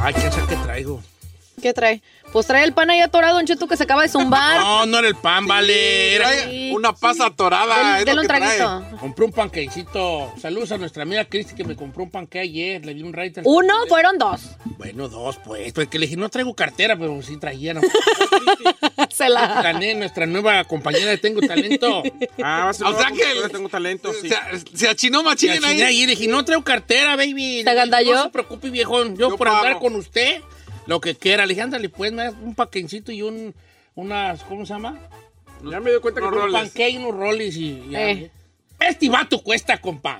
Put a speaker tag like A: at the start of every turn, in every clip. A: Ay, ¿quién sabe qué traigo?
B: ¿Qué trae? Pues trae el pan ahí atorado, Don Cheto, que se acaba de zumbar.
A: No, no era el pan, vale. Era-
B: Sí.
C: Una pasa atorada.
B: Del-
C: es
B: dele
C: lo
B: un
C: que trae.
B: traguito.
A: Compré un panquecito. Saludos a nuestra amiga Cristi que me compró un panque ayer. Le di un writer.
B: Uno, fueron dos.
A: Bueno, dos, pues. Porque le dije, no traigo cartera, pero sí traía. ¿no?
B: Se la...
A: Gané nuestra nueva compañera de Tengo Talento.
D: Ah, va a ser
C: O
D: una
C: sea que-
D: computadora, tengo talento, sí.
C: Se, se achinó
A: Y
C: machín
A: al final
C: ahí.
A: ayer le dije, no traigo cartera, baby.
B: ¿Te agandalló?
A: No se preocupe, viejón. Yo,
C: Yo
A: por andar
C: pago.
A: con usted, lo que quiera. Le dije, ándale, pues, me das un paquencito y un... Unas, ¿cómo se llama?
D: Ya me doy cuenta que
C: No,
D: tú-
A: Un panque y unos roles y... ya.
B: Eh.
A: Este vato cuesta, compa.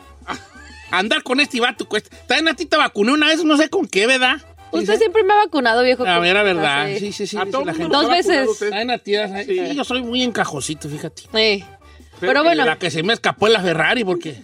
A: Andar con este vato cuesta. También a ti te vacuné una vez, no sé con qué, ¿verdad?
B: Usted siempre me ha vacunado, viejo.
A: A ver, la Ah, verdad.
B: No sé.
A: Sí, sí, sí.
D: A
A: dice
D: todo
A: la
D: mundo
A: gente.
B: Dos
D: lo va a curar
B: veces.
D: usted.
A: Ay, Matías, ay,
D: Sí.
A: ay, yo soy muy encajosito, fíjate.
B: Eh. Pero bueno,
A: La que se me escapó es la Ferrari porque...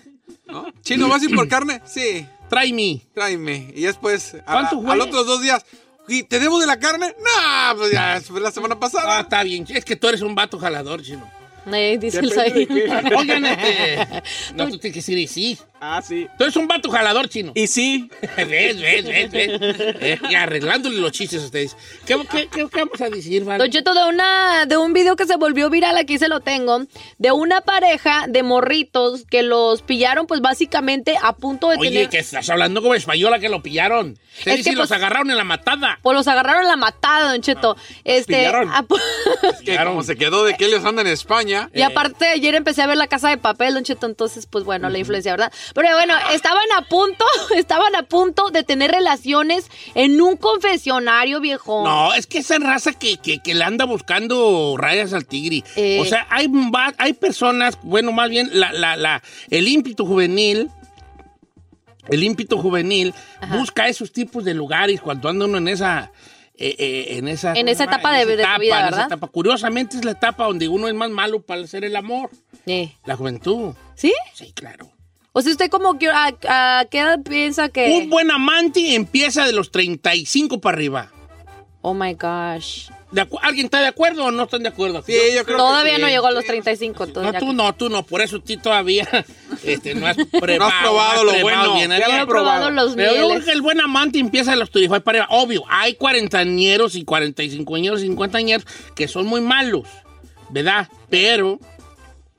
C: ¿no? Chino, ¿vas a ir por carne? Sí,
A: Try me.
C: tráeme. Y después, a-
A: ¿Cuánto fue?
C: al otros dos días, ¿y te debo de la carne? No, pues ya fue la semana
A: Ah,
C: pasada.
A: está bien. Es que tú eres un vato jalador, chino.
B: eh, dice el
D: Depende de
B: Zahir.
D: qué.
A: Oigan, este... No, tú tienes que decir y sí.
D: Ah, sí.
A: Tú eres un vato jalador, chino.
D: Y sí,
A: ves, ves, ves, ves. Eh, y arreglándole los chistes a ustedes. ¿Qué, qué, qué- qué vamos a decir, vale?
B: Don Cheto, de, una, de un video que se volvió viral, aquí se lo tengo, de una pareja de morritos que los pillaron, pues básicamente a punto de
A: Oye,
B: tener.
A: que estás hablando como española que lo pillaron. Se
B: Es
A: dice
B: que,
A: los
B: pues,
A: agarraron en la matada.
B: Pues los agarraron la matada, Don Cheto. este,
D: pillaron.
B: a pu-
C: Que como se quedó de que ellos andan en España.
A: Eh,
B: Y aparte, ayer empecé a ver la casa de papel, Don Cheto, entonces, pues bueno, la influencia, ¿verdad? Pero bueno, estaban a punto, estaban a punto de tener relaciones en un confesionario, viejo.
A: No, es que esa raza que, que, que le anda buscando rayas al tigre.
B: Eh.
A: O sea, hay, va- hay personas, bueno, más bien la, la, la, el ímpetu juvenil. El ímpetu juvenil busca esos tipos de lugares cuando anda uno en esa. eh, eh, en esa,
B: En esa
A: ¿cómo se
B: etapa
A: llama?
B: de-
A: En esa
B: de tu vida,
A: en esa
B: ¿verdad?
A: etapa. Curiosamente es la etapa donde uno es más malo para hacer el amor.
B: Eh,
A: La juventud.
B: ¿Sí?
A: Sí, claro.
B: O sea, usted como que a, a qué edad piensa que.
A: Un buen amante empieza de los 35 para arriba.
B: Oh my gosh.
A: ¿De acu- ¿Alguien está de acuerdo o no están de acuerdo?
C: Sí, yo creo
B: Todavía
C: que
B: no
C: sí.
B: llegó a los 35.
A: No,
B: todavía.
A: tú no, tú no. Por eso tú todavía este, no has probado.
C: probado lo bueno.
A: bien, ¿eh?
C: Ya
A: bien.
B: Ya he probado los
A: Pero yo creo
B: mieles.
A: que el buen amante empieza a los turijoy para arriba. Obvio, hay cuarentañeros y cuarentacincuañeros y cincuentañeros que son muy malos, ¿verdad? Pero,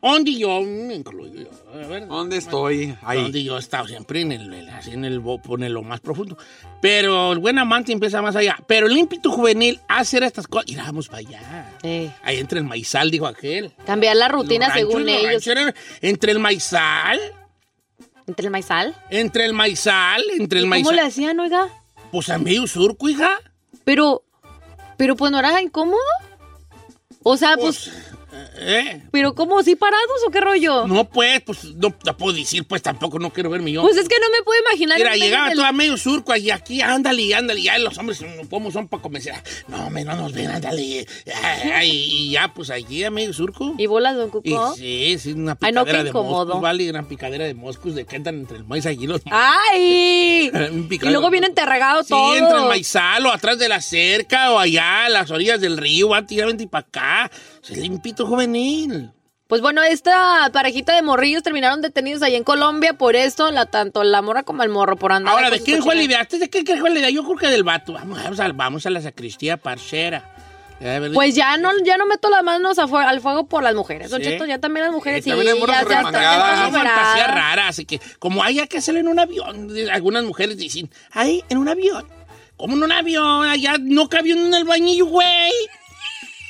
A: donde yo me incluyo, a ver,
C: ¿Dónde estoy? Ahí.
A: donde yo he estado siempre en el, en- así en el, bo- en lo más profundo. Pero el buen amante empieza más allá. Pero el ímpetu juvenil hacer estas cosas. Y vamos para allá.
B: Eh,
A: Ahí entre el maizal, dijo aquel.
B: cambiar la rutina
A: Los
B: según
A: ranchos, los
B: ellos.
A: ranchos eran entre el maizal,
B: Entre el maizal.
A: entre el maizal, entre el
B: ¿Y
A: maizal.
B: ¿Cómo le hacían, oiga?
A: Pues a medio surco, hija.
B: Pero. Pero pues no era incómodo. O sea, pues.
A: ¿Eh?
B: ¿Pero cómo? ¿Sí parados o qué rollo?
A: No, pues, pues no te puedo decir, pues tampoco no quiero verme yo.
B: Pues es que no me puedo imaginar.
A: Mira,
B: en medio
A: llegaba
B: del-
A: todo a medio surco y aquí, ándale, y ándale, ya los hombres no podemos son para comenzar. No, hombre, no nos ven, ándale. Ay, ay, y ya, pues allí a medio surco.
B: ¿Y bolas, don Cuco?
A: Y sí, sí, una
B: Ay, no,
A: picadera
B: qué
A: de
B: incómodo.
A: moscos, vale, una picadera de moscos de que andan entre el maíz allí los
B: ¡Ay!
A: Un
B: y
A: picado.
B: luego viene enterregado
A: Sí,
B: todo.
A: entre el maizal o atrás de la cerca o allá, a las orillas del río, antes ya vente para acá. Es limpito juvenil.
B: Pues bueno, esta parejita de morrillos terminaron detenidos allá en Colombia por esto, la, tanto la morra como el morro por andar.
A: Ahora,
B: con
A: ¿de
B: sus
A: quién fue la
B: cochinas.
A: idea? ¿Este ¿De quién fue la idea? Yo creo que del vato. Vamos, vamos a, vamos a la sacristía parcera. Ya, ¿verdad?
B: Pues ya no, ya no meto las manos a fue- al fuego por las mujeres. Don
A: Sí. Eh,
B: Cheto, ya también las mujeres
C: Sí,
B: sí,
C: también hay morras
B: ya se hasta- ya
C: remangadas.
B: están
A: Ah, es una fantasía
B: liberadas.
A: rara, así que como hay que hacerlo en un avión, algunas mujeres dicen, ay, en un avión. Como en un avión, allá no cabió en el bañillo, güey.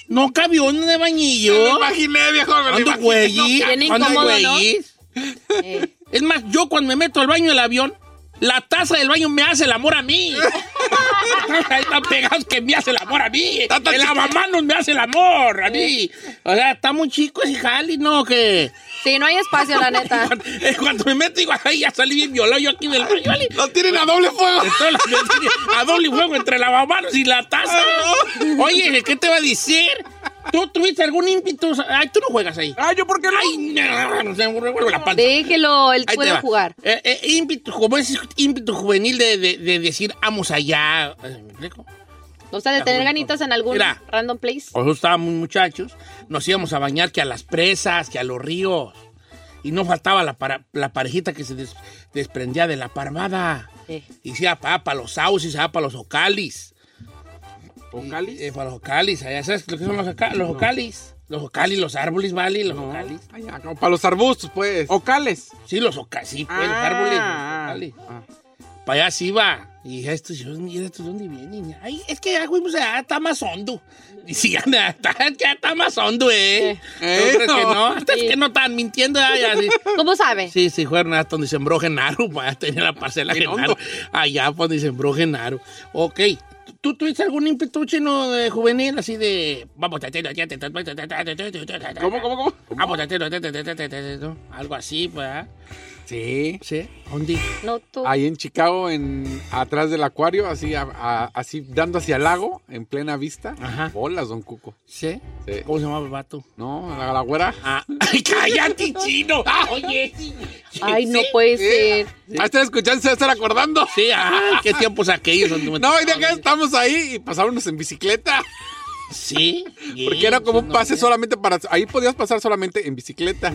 A: No cabió en el bañillo.
C: Me lo imaginé, viejo. Me lo
A: Ando
C: imaginé.
A: güey.
B: Bien
A: Ando
B: incómodo, ¿no?
A: güey.
B: Eh,
A: Es más, yo cuando me meto al baño del avión, la taza del baño me hace el amor a mí. Ahí están pegados que me hace el amor a mí.
C: Está tan
A: el
C: chiquito.
A: lavamanos me hace el amor a mí. O sea, está muy chico ese jali, ¿no? Que...
B: sí, no hay espacio, la neta.
A: Cuando, eh, cuando me meto, digo, ay, ya salí bien violado yo aquí del baño. vale.
C: Lo tienen a doble fuego.
A: Entonces, la- yo tenía a doble juego entre lavamanos y la taza. Oye, ¿qué te va a decir? ¿Tú tuviste algún ímpetu? Ay, tú no juegas ahí.
D: Ah, ¿yo por qué no?
A: Ay, no, no, se me revuelve la panza.
B: Déjelo, él
A: Ahí te
B: puede
A: va.
B: jugar.
A: Eh, eh, ímpetu, como ese ímpetu juvenil de, de- de decir, vamos allá. Eh, ¿Me explico?
B: O sea, de tener ganitas en algún
A: Mira.
B: random place.
A: Nosotros estábamos muchachos, nos íbamos a bañar que a las presas, que a los ríos. Y no faltaba la, para- la parejita que se des- desprendía de la parvada.
B: Sí.
A: Y se iba para los sauces, se iba para los ocalis.
D: ¿O cáliz?
A: Eh, para los ocalis, allá sabes lo que son los, oca- los ocalis. Los ocalis, los árboles, ¿vale? Los ocalis.
C: Ay, ya, como para los arbustos, pues.
D: ¿O cales?
A: Sí, los ocalis, sí, pues, los árboles, los ocalis.
D: ah.
A: Para allá se iba. Y ya estos, yo, mira, ¿estos dónde vienen? Ay, es que ya, güey, pues, ya está más hondo. Y sí, ya está, ya está más hondo, ¿eh?
C: Eh.
A: ¿No crees
C: Eh,
A: que
C: no.
A: no? Es que no están mintiendo. Ya, ya, sí.
B: ¿Cómo sabe?
A: Sí, sí, fueron hasta donde sembró Genaro, pa, allá tenía la parcela
C: Bien
A: Genaro.
C: hondo.
A: Allá pues, pa, donde sembró Genaro. Ok. ¿Tú tuviste algún ímpetu chino de juvenil así de... Vamos,
D: ¿Cómo, cómo, cómo?
A: Vamos, algo así, pues.
C: Sí.
A: ¿Sí? ¿Dónde?
B: No tú.
C: Ahí en Chicago, en atrás del acuario, así, a- a- así dando hacia el lago, en plena vista.
A: Ajá.
C: Bolas, don Cuco.
A: ¿Sí?
C: Sí.
A: ¿Cómo se llamaba el vato?
C: No, la, la güera.
A: Ah, ¡Ay, cállate, chino! Ah, Oye, Eh. sí.
B: Ay, no pues.
A: Sí,
B: puede
C: Sí.
B: ser.
C: Ah, están escuchando, se va a estar acordando.
A: Sí, ah, qué tiempos aquellos donde me-
C: No, y de acá estamos ahí y pasábamos en bicicleta.
A: Sí.
C: Porque era como un
A: no,
C: pase
A: no.
C: solamente para. Ahí podías pasar solamente en bicicleta.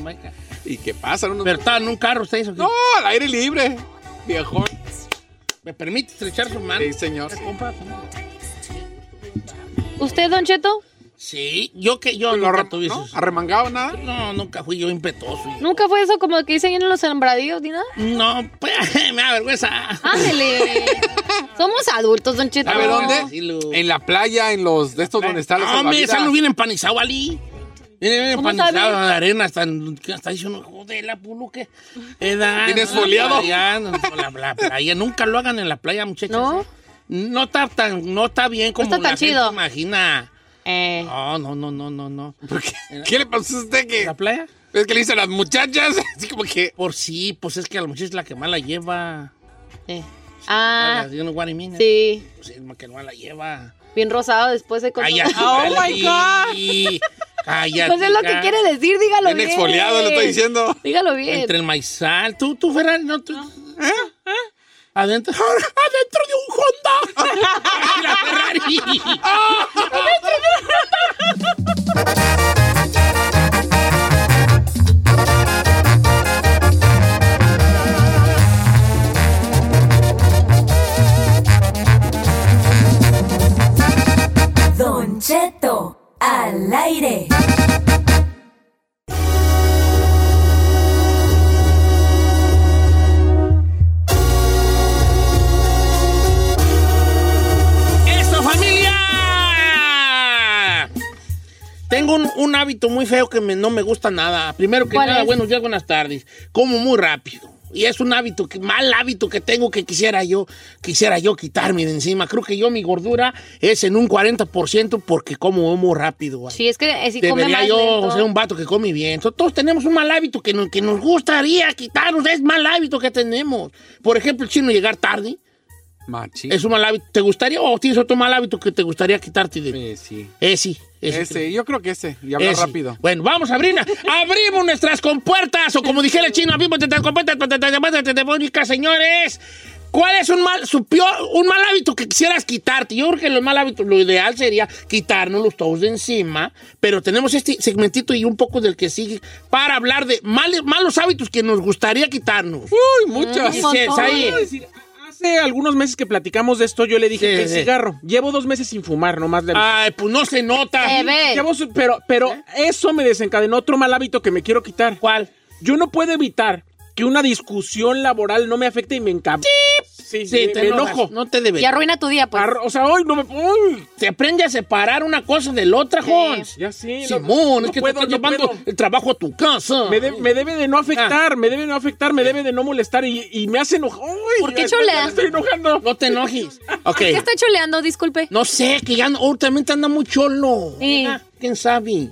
C: ¿Y qué pasa? Unos-
A: Pero estaba en un carro ustedes. ¿o qué?
C: No, Oh, al aire libre. Viejón.
A: ¿Me permite estrechar su mano?
C: Sí, señor.
A: Eh,
C: sí.
A: compa, ¿cómo?
B: ¿Usted, Don Cheto?
A: Sí, yo que yo
C: Lo
A: nunca
C: arre-
A: tuve
C: ¿no?
A: esos-
C: ¿Arremangado nada?
A: No, nunca fui yo impetuoso. hijo.
B: ¿Nunca fue eso como que dicen en los sembradíos ni nada?
A: No, pues, me da vergüenza.
B: Ándele. Somos adultos, Don Cheto.
C: ¿Sabe
A: No,
C: dónde?
A: sí, lo-
C: En la playa, en los de estos donde están los
A: No, hombre,
C: salvavidas.
A: esa no viene empanizado, Ali. Viene bien
B: ¿Cómo
A: empanizado
B: sabe?
A: de arena. Hasta, en- hasta dice uno, joder, la pulo que edad.
C: Viene esfoliado.
A: Ya, no, no, la, la playa. Nunca lo hagan en la playa, muchachos.
B: ¿No?
A: ¿eh? No está tan, no está bien como
B: está tan
A: la gente
B: chido.
A: imagina.
B: Eh,
A: No, no, no, no, no, no.
C: ¿Por qué? ¿Qué le pasó a usted que
A: ¿La playa?
C: es que le dicen las muchachas? Así como que
A: Por sí, pues es que a la muchacha es la que más la lleva.
B: eh. Ah,
A: You know what I mean, ¿eh?
B: sí.
A: Pues es la que más la lleva.
B: Bien rosado después de contar.
A: Cállate.
B: Ah,
D: Oh, my God.
A: Y cállate.
B: Pues es lo que
A: ya.
B: quiere decir, dígalo
C: bien
B: bien.
C: exfoliado, le estoy diciendo.
B: Dígalo bien.
A: Entre el maizal. Tú, tú, Ferran, no, tú. ¿Eh? ¿Eh? Adentro, adentro de un Honda. Ay, la Ferrari.
E: Don Cheto, al aire.
A: ¡Eso, familia! Tengo un, un hábito muy feo que me- no me gusta nada. Primero que
B: ¿Cuál
A: nada,
B: es?
A: buenos días, buenas tardes. Como muy rápido. Y es un hábito, que, mal hábito que tengo que quisiera yo, quisiera yo quitarme de encima. Creo que yo mi gordura es en un 40% porque como muy rápido. güey.
B: Sí, es que eh, si come
A: Debería
B: más
A: yo
B: lento.
A: ser un vato que come bien. Entonces, todos tenemos un mal hábito que nos, que nos gustaría quitarnos. Es mal hábito que tenemos. Por ejemplo, el chino llegar tarde.
C: Machi.
A: ¿Es un mal hábito? ¿Te gustaría o tienes otro mal hábito que te gustaría quitarte de?
C: Eh, sí.
A: Ese, ese.
C: Ese, yo creo que ese. Y habla
A: Ese.
C: rápido.
A: Bueno, vamos a abrirla. Abrimos nuestras compuertas, o como dijera el chino, abrimos nuestras compuertas telefónicas, señores. ¿Cuál es un mal, su peor, un mal hábito que quisieras quitarte? Yo creo que los mal hábitos, lo ideal sería quitarnos los todos de encima, pero tenemos este segmentito y un poco del que sigue para hablar de males- malos hábitos que nos gustaría quitarnos.
B: Uh,
C: Uy, muchas.
B: Un
A: Sí, es
B: montón.
A: ahí.
D: Quiero decir, Hace algunos meses que platicamos de esto, yo le dije
A: Sí,
D: que el
A: sí.
D: cigarro. Llevo dos meses sin fumar, nomás le
A: Ay, pues no se nota. ¿Eh?
B: Se ve.
D: Llevo su- pero, pero eso me desencadenó otro mal hábito que me quiero quitar.
A: ¿Cuál?
D: Yo no puedo evitar que una discusión laboral no me afecte y me encabrone. sí,
A: Sí,
D: me-
A: te
D: me
A: enojas,
D: enojo.
A: No te debes.
B: Y arruina tu día, pues.
D: Arro- o sea, hoy no me. ¡Uy!
A: Se aprende a separar una cosa de la otra, Jones.
D: Ya sí. no-
A: Simón,
D: no
A: es que
D: puedo,
A: te estás
D: no
A: llevando
D: puedo.
A: el trabajo a tu casa. Ah.
D: Me, de- me debe de no afectar, me debe de no afectar, me debe de no molestar y, y me hace enojar. ¡Uy!
B: ¿Por qué
D: ya- ya
B: choleas?
D: me estoy enojando.
A: No te enojes. Ok.
B: ¿Qué está choleando? Disculpe.
A: No sé, que ya no- oh, también te anda muy cholo.
B: Sí.
A: Ah, ¿Quién sabe?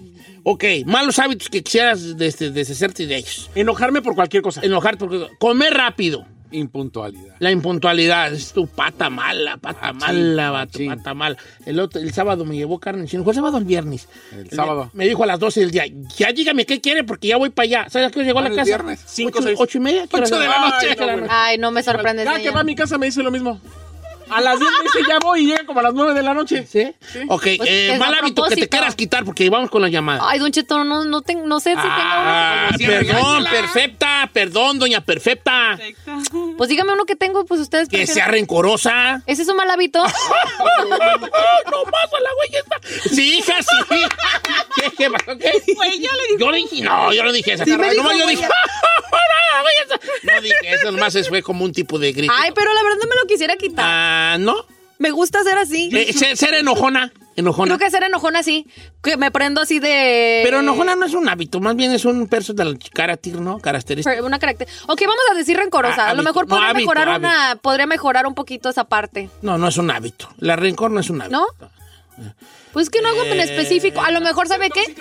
A: Ok, malos hábitos que quisieras des- des- deshacerte de ellos.
D: Enojarme por cualquier cosa.
A: Enojarte porque... Comer rápido.
C: Impuntualidad. Ah,
A: La impuntualidad es tu pata mala, pata mala, vato,
C: machín.
A: pata mala. El, otro- el sábado me llevó carne chino. ¿Fue el sábado o el viernes?
C: El sábado.
A: Me dijo a las 12 del día, ya dígame qué quiere porque ya voy para allá. ¿Sabes a qué hora llegó a la
C: ¿Cuál
A: casa?
C: es Ah, viernes?
D: Cinco,
A: ocho,
D: seis.
A: ocho y media. ¿qué hora
C: Ocho de la
A: llegó?
C: noche. Ah,
A: Ocho de la
C: No,
A: noche.
B: Ay, no me sorprendes.
D: Cada que
B: Diana.
D: va a mi casa me dice lo mismo. A las 10 me dice ya voy y llega como a las 9 de la noche.
A: ¿Sí? Ok,
B: Pues,
A: eh,
B: es a
A: mal hábito que te
B: propósito.
A: quieras quitar porque vamos con la llamada.
B: Ay, Don Cheto, no, no, ten- no sé si tenga uno.
A: Ah,
C: como siempre,
A: perdón,
C: gáñala.
A: perfecta, perdón, doña perfecta.
B: Pues dígame uno que tengo, pues ustedes.
A: Que
B: prefieren.
A: sea rencorosa.
B: Ese es un mal hábito.
A: no más a la güey esta. Sí, hija, sí. ¿Qué, qué pasó? ¿Qué? yo le dije, no, yo no dije eso.
F: Sí me dijo,
A: nomás yo
F: güey.
A: dije, "No, güey, esa". no dije eso, nomás es- fue como un tipo de grito.
B: Ay, pero la verdad no me lo quisiera quitar.
A: Ah, no.
F: Me gusta ser así.
A: Eh, ser, ser enojona, enojona.
B: Creo que ser enojona así. Que me prendo así de.
A: Pero enojona no es un hábito, más bien es un perso de la carácter, ¿no? Característica.
B: Per- Una carácter. Ok, vamos a decir rencorosa.
A: Ah,
B: a lo
A: hábito.
B: mejor
A: No,
B: podría
A: hábito,
B: mejorar
A: hábito.
B: una. Podría mejorar un poquito esa parte.
A: No, no es un hábito. La rencor no es un hábito. Eh,
B: ¿No? Pues que no hago en específico. A lo mejor, ¿sabe qué?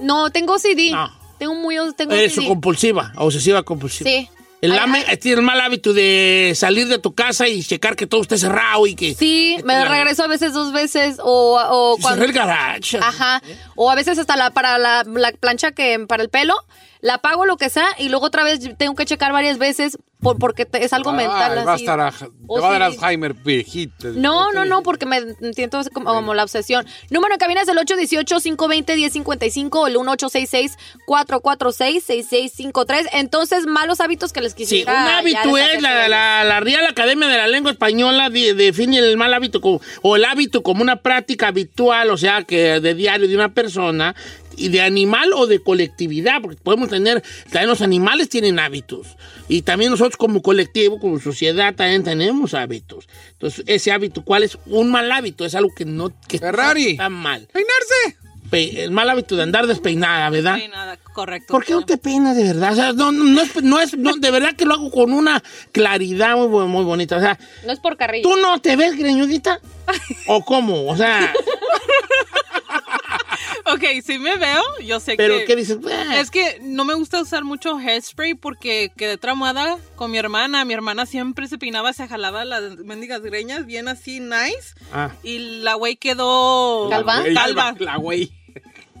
B: No, tengo CD.
A: No.
B: Tengo muy. Tengo
A: Eres
B: OCD.
A: compulsiva, obsesiva compulsiva.
B: Sí.
A: El,
B: Ay,
A: lame- tiene el mal hábito de salir de tu casa y checar que todo esté cerrado y que...
B: Sí, me regreso a veces dos veces o, o
A: Cerré
B: cuando...
A: el garage.
B: Ajá. O a veces hasta la para la, la plancha que para el pelo, la apago lo que sea y luego otra vez tengo que checar varias veces por, porque te- es algo mental
C: Ay, va a
B: así.
C: estar a- te
B: O
A: Oh,
C: va a dar
B: sí.
C: Alzheimer viejito.
B: No, no, no, porque me siento como, como la obsesión. Número en cabina es el 818-520-1055 o el 1866-446-6653. Entonces, malos hábitos que les
A: Sí,
B: quisiera.
A: un
B: ya
A: hábito es,
B: deshacerse de
A: la,
B: ellos.
A: la, la Real Academia de la Lengua Española de- define el mal hábito como, o el hábito como una práctica habitual, o sea, que de diario de una persona, y de animal o de colectividad, porque podemos tener, también los animales tienen hábitos, y también nosotros como colectivo, como sociedad, también tenemos hábitos. Entonces, ese hábito, ¿cuál es? Un mal hábito, es algo que no que
C: Ferrari.
A: está mal.
C: ¡Peinarse!
A: Pe- El mal hábito de andar despeinada, ¿verdad?
G: Sí, nada, correcto.
A: ¿Por qué no te peinas de verdad? O sea, no, no, no es, no es- no, de verdad que lo hago con una claridad muy, bu- muy bonita. O sea,
B: No es por carril.
A: ¿tú no te ves greñudita? ¿O cómo? O sea,
G: Ok, sí me veo, yo sé
A: pero
G: que...
A: ¿qué dices? Eh,
G: Es que no me gusta usar mucho hairspray porque quedé traumada con mi hermana. Mi hermana siempre se peinaba, se jalaba las mendigas greñas bien así, nice.
A: Ah.
G: Y la güey quedó...
B: ¿Calva?
C: Güey,
G: Ah, Calva.
C: La güey.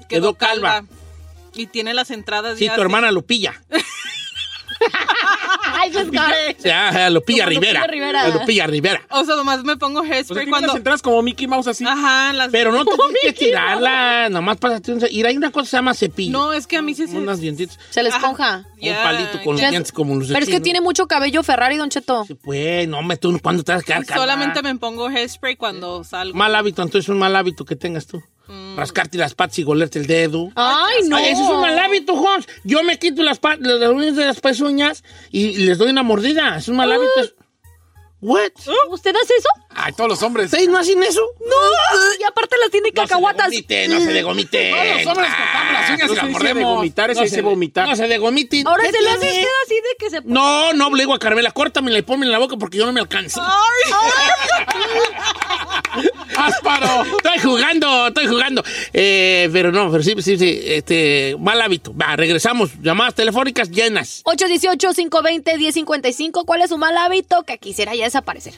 A: Quedó calva.
G: Y tiene las entradas
A: sí,
G: ya
A: tu
G: así.
A: hermana lo pilla.
B: Ay,
A: pues,
B: just got it.
A: O sea, lo pilla
B: Como
A: Rivera.
B: Lupillo Rivera.
A: Lo pilla Rivera.
G: O sea, nomás me pongo
D: O sea,
G: hairspray
D: tiene
G: cuando...
D: las entradas como Mickey Mouse así.
G: Ajá, las...
A: Pero no tienes que tirarla. Nomás pásate un... Y hay una cosa que se llama cepillo.
G: No, es que a mí sí se...
A: Unas dientitas.
B: Se les
G: Ajá.
B: esponja.
A: Un
G: Ya,
A: palito con los
G: ya.
A: dientes como los de
B: Pero es que
A: chino.
B: tiene mucho cabello Ferrari, Don Cheto.
A: Sí, Pues, no, me tú, ¿cuándo te vas a quedar calva?
D: Ah.
G: Solamente me pongo hairspray cuando salgo.
A: Mal hábito, entonces un mal hábito que tengas tú. Rascarte las patas y golerte el dedo.
B: Mm. Ay, no.
A: Ay, Ese es un mal hábito, Jones. Yo me quito las, pa- las uñas de las pezuñas y les doy una mordida. Es un mal hábito. What?
B: Ah. ¿Oh? ¿Usted hace eso?
C: Ay, todos los hombres.
A: ¿Ustedes no hacen eso? No.
B: Y aparte las tiene cacahuatas.
A: No se degomiten, no se Ah,
C: Todos
A: degomiten.
C: los hombres cortamos las uñas
D: Eso
C: y las
D: se dice de
C: mordemos.
D: vomitar, eso
A: No
D: dice
A: se-
D: vomitar.
A: No se degomiten.
B: Ahora
A: ¿Qué
B: se le hace
A: tiene?
B: usted así de que se...
A: No, no, le digo a Carmela, córtamela y ponme en la boca porque yo no me alcanzo.
C: ¡Ásparo!
A: Estoy jugando, estoy jugando. Eh, pero no, pero sí, sí, sí, este, mal hábito. Va, regresamos. Llamadas telefónicas llenas.
B: 818-520-1055. ¿Cuál es su mal hábito que quisiera ya desaparecer?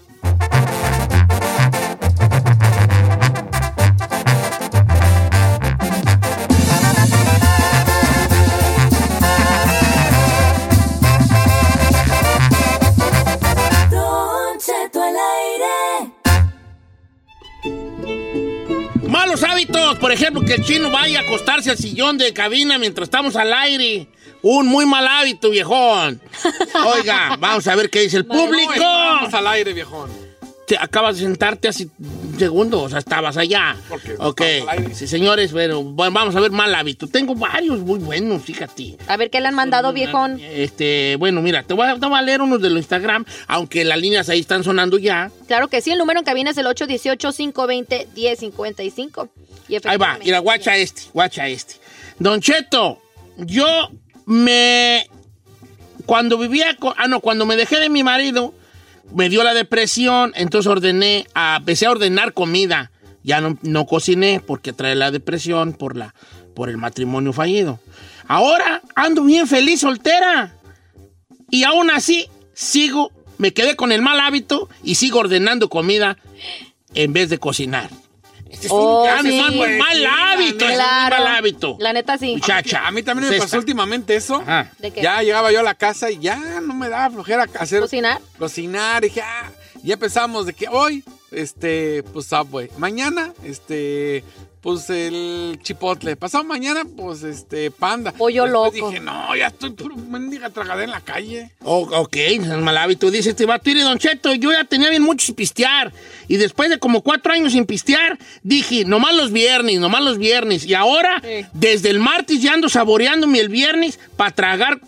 E: Don Cheto al aire.
A: Malos hábitos, por ejemplo, que el chino vaya a acostarse al sillón de cabina mientras estamos al aire. Un muy mal hábito, viejón. Oiga, vamos a ver qué dice el público.
C: Vamos al aire, viejón.
A: te acabas de sentarte hace segundos, o sea, estabas allá.
C: Porque
A: ok,
C: estamos al aire.
A: sí, señores, pero bueno, vamos a ver mal hábito. Tengo varios muy buenos, fíjate.
B: A ver, ¿qué le han mandado, viejón?
A: Este, bueno, mira, te voy, a, te voy a leer unos de los Instagram, aunque las líneas ahí están sonando ya.
B: Claro que sí, el número en cabina es el 818-520-1055. Y
A: Ahí va, mira, guacha este, guacha este. Don Cheto, yo me... Cuando vivía con... Ah, no, cuando me dejé de mi marido, me dio la depresión, entonces ordené, ah, empecé a ordenar comida. Ya no, no cociné porque trae la depresión por, la, por el matrimonio fallido. Ahora ando bien feliz soltera. Y aún así, sigo, me quedé con el mal hábito y sigo ordenando comida en vez de cocinar. Este es
B: Oh,
A: un gran
B: sí.
A: mal, mal
C: Sí,
A: hábito, es un
B: Claro.
A: mal hábito.
B: La neta sí.
A: Muchacha.
C: A mí también me
A: pues
C: pasó
A: esta.
C: últimamente eso.
A: Ajá.
B: ¿De qué?
C: Ya llegaba yo a la casa y ya no me daba flojera hacer.
B: ¿Cocinar?
C: Cocinar. Dije, ah, ya empezamos de que hoy, este, pues Subway. Mañana, este, pues el chipotle. Pasado mañana, pues este, panda.
B: Pollo
C: Después
B: loco.
C: Dije, no, ya estoy puro mendiga tragadera en la calle.
A: O- Oh, ok, es mal hábito. Dice este vato, "Mire, Don Cheto, yo ya tenía bien mucho sin pistear. Y después de como cuatro años sin pistear, dije, nomás los viernes, nomás los viernes. Y ahora,
G: Sí.
A: desde el martes ya ando saboreándome el viernes para tragar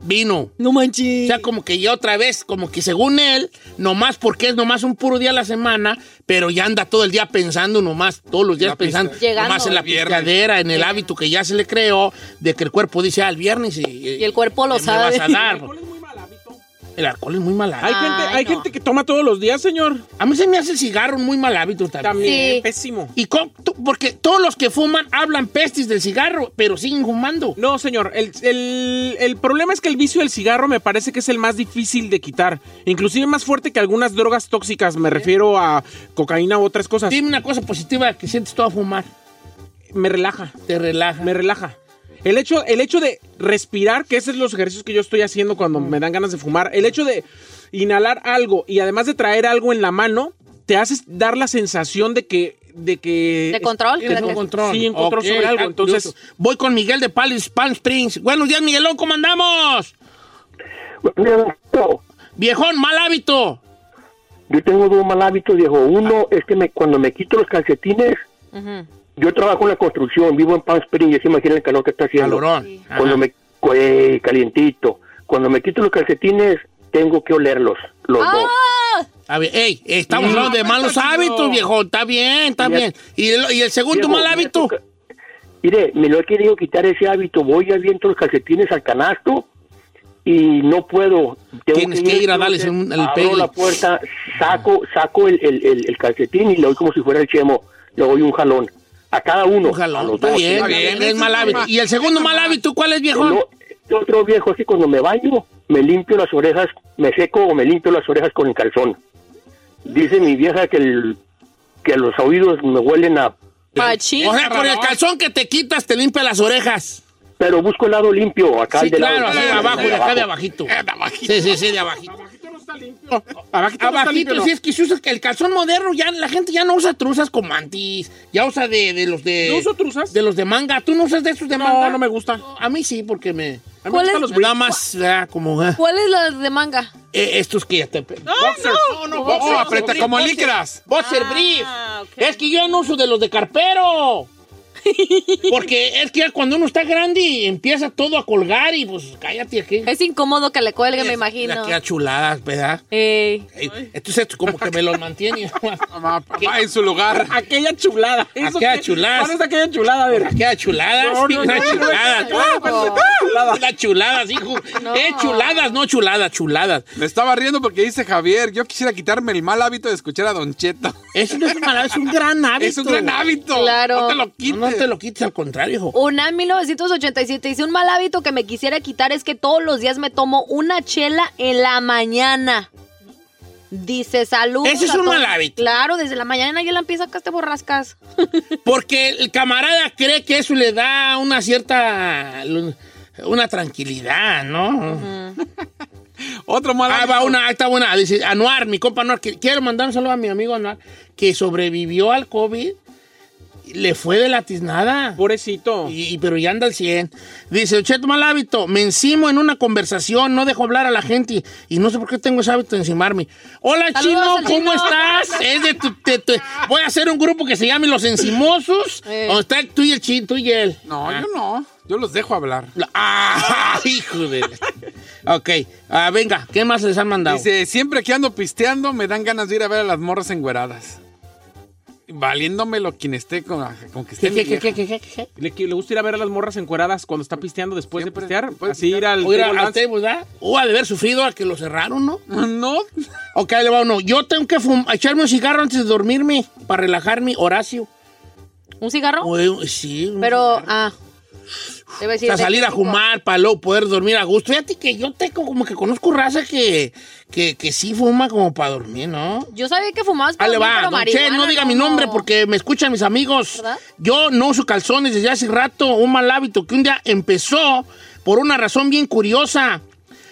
A: vino.
G: No
A: O
G: manches.
A: sea, como que ya otra vez, como que según él, nomás porque es nomás un puro día a la semana, pero ya anda todo el día pensando nomás, todos los días
C: La pista.
A: pensando,
B: Llegando.
A: nomás en la
C: Viernes.
A: pisteadera, en el hábito que ya se le creó, de que el cuerpo dice, ah, el viernes y,
B: Y el cuerpo lo
A: me
B: sabe.
A: vas a dar.
D: es muy mal hábito.
A: El alcohol es muy mal hábito.
D: Hay, gente, hay
B: no.
D: gente que toma todos los días, señor.
A: A mí se me hace el cigarro un muy mal hábito también.
D: También,
B: Sí.
D: pésimo.
A: Y con- tú- porque todos los que fuman hablan pestis del cigarro, pero siguen fumando.
D: No, señor, el, el- el problema es que el vicio del cigarro me parece que es el más difícil de quitar. Inclusive más fuerte que algunas drogas tóxicas, me refiero a cocaína u otras cosas.
A: Dime una cosa positiva que sientes todo a fumar.
D: Me relaja.
A: Te relaja.
D: me relaja. El hecho, el hecho de respirar, que esos son los ejercicios que yo estoy haciendo cuando
A: Mm.
D: me dan ganas de fumar, el hecho de inhalar algo y además de traer algo en la mano, te hace dar la sensación de que... De, que
B: De control.
A: Tienes un control.
D: Sí, un control
A: Ok,
D: sobre algo.
A: está
D: Entonces,
A: curioso. voy con Miguel de Palis, Palm Springs. Buenos días, Miguelón, ¿cómo andamos? Viejón, mal hábito.
F: Yo tengo dos mal hábitos, viejo. Uno es que me, cuando me quito los calcetines, yo trabajo en la construcción, vivo en Palm Springs, ya se imaginan el calor que está haciendo.
A: Calorón. Ajá.
F: Cuando me, cu- eh, calientito. Cuando me quito los calcetines, tengo que olerlos, los dos.
B: ¡Ah!
A: A ver, ey, estamos hablando de malos hábitos, viejón. Está bien, está
F: Ya-
A: bien. ¿Y el, y el segundo
F: Viejo,
A: mal hábito?
F: me toca- Mire, me lo he querido quitar ese hábito. Voy y aviento los calcetines al canasto y no puedo. Tengo
A: Tienes que ir a darles un- el
F: Abro
A: pegue.
F: la puerta, saco, saco el, el, el- el calcetín y le doy como si fuera el chemo. Le doy un jalón. A cada uno. a
A: Ojalá.
F: los
A: Está
F: dos.
A: bien,
C: está bien,
A: bien, es
C: eso
A: mal
C: es
A: hábito.
C: normal.
A: ¿Y el segundo mal hábito cuál es, viejón?
F: No, este otro viejo así cuando me baño, me limpio las orejas, me seco o me limpio las orejas con el calzón. Dice mi vieja que, el, que los oídos me huelen a...
G: Machín.
A: O sea, con el calzón que te quitas te limpia las orejas.
F: Pero busco el lado limpio, acá
A: Sí,
F: el de lado-
A: claro, así de
F: el
A: abajo,
F: de
A: de acá de abajito. Sí, sí, sí, de abajito.
D: abajito no está
A: Abajito,
D: limpio,
A: si es que se usa que el calzón moderno, ya la gente ya no usa truzas con mantis, ya usa de, de los de...
D: ¿No uso truzas?
A: De los de manga. ¿Tú no usas de esos de manga?
D: no, no me gusta.
A: A mí sí, porque me...
D: A mí me
B: ¿Cuál
D: gustan
B: es?
D: los
A: Me da
D: brincos.
A: más ah, como... ah,
B: ¿Cuál es la de manga?
A: eh, estos que ya te...
G: no!
A: no,
C: Oh, aprieta
A: brief,
C: como
A: boxer-
C: licras.
A: Boxer
G: Ah,
A: brief.
G: ok.
A: Es que yo no uso de los de carpero. Porque es que ya cuando uno está grande y empieza todo a colgar y pues cállate aquí.
B: Es incómodo que le cuelgue, me imagino.
A: Mira qué chuladas, ¿verdad?
B: Ey.
A: Ey, Entonces esto como que me los mantiene.
C: Mamá, papá, en su lugar.
D: Aquella chulada. Eso
A: Aquella
D: que-
A: chulada.
D: ¿Cuál es aquella chulada? A ver.
A: Queda chuladas,
D: No, no,
A: sí,
D: no,
A: unas
D: no, no,
A: chuladas.
D: no, no, no, chulada.
A: Las chuladas, hijo. Eh, chuladas, no chuladas, chuladas.
C: Me estaba riendo porque dice Javier, yo quisiera quitarme el mal hábito de escuchar a Don Cheto.
A: Eso no es mala, es un gran hábito.
C: Es un gran hábito.
B: Claro.
C: No te lo
A: No,
C: quites.
A: no te lo quites, al contrario, hijo.
B: Una en 1987 dice, un mal hábito que me quisiera quitar es que todos los días me tomo una chela en la mañana. Dice salud.
A: Ese es un mal hábito.
B: Claro, desde la mañana ya la empieza acá este borrascas.
A: Porque el camarada cree que eso le da una cierta. una tranquilidad, ¿no?
B: Ah.
C: Otro mal
A: Ah,
C: hábito.
A: va una, ahí está buena. Dice Anuar, mi compa Anuar, que quiero mandar un saludo a mi amigo Anuar, que sobrevivió al COVID Le fue de la tiznada.
D: Pobrecito.
A: Y, y- pero ya anda al 100. Dice, Cheto, mal hábito. Me encimo en una conversación, no dejo hablar a la gente. Y no sé por qué tengo ese hábito de encimarme. Hola,
B: Saludos
A: chino,
B: al
A: ¿cómo
B: Chino.
A: estás? Es de tu, de tu- Voy a hacer un grupo que se llame Los Encimosos.
B: Eh.
A: Donde está tú y el chino, tú y él.
C: No,
A: Ah.
C: yo no. Yo los dejo hablar.
A: Ah, hijo de... ok, ah, venga, ¿qué más les han mandado?
C: Dice, siempre que ando pisteando me dan ganas de ir a ver a las morras engueradas. Valiéndomelo quien esté con, con que esté
A: ¿Qué,
C: mi
A: qué, qué,
C: vieja.
A: qué, qué, qué, qué?
D: Le, le gusta ir a ver a las morras encueradas cuando está pisteando después
C: Siempre,
D: de pistear.
C: después de
D: así ir
C: pistear.
D: al.
A: O ir a-
D: table
A: al
D: dance.
A: table, ¿verdad? O ha de haber sufrido a que lo cerraron, ¿no?
C: No,
A: Ok, ahí le va uno. Yo tengo que fum- echarme un cigarro antes de dormirme para relajarme, Horacio.
B: ¿Un cigarro?
A: Oye, sí. un
B: Pero,
A: cigarro.
B: ah. Debe decir,
A: Para salir a fumar, para luego poder dormir a gusto. Fíjate que yo tengo como que conozco raza que, que, que sí fuma como para dormir, ¿no?
B: Yo sabía que fumabas
A: Ah, le
B: mí,
A: va, don
B: marihuana,
A: Che, no diga mi nombre porque me escuchan mis amigos.
B: ¿Verdad?
A: Yo no uso calzones desde hace rato, un mal hábito que un día empezó por una razón bien curiosa.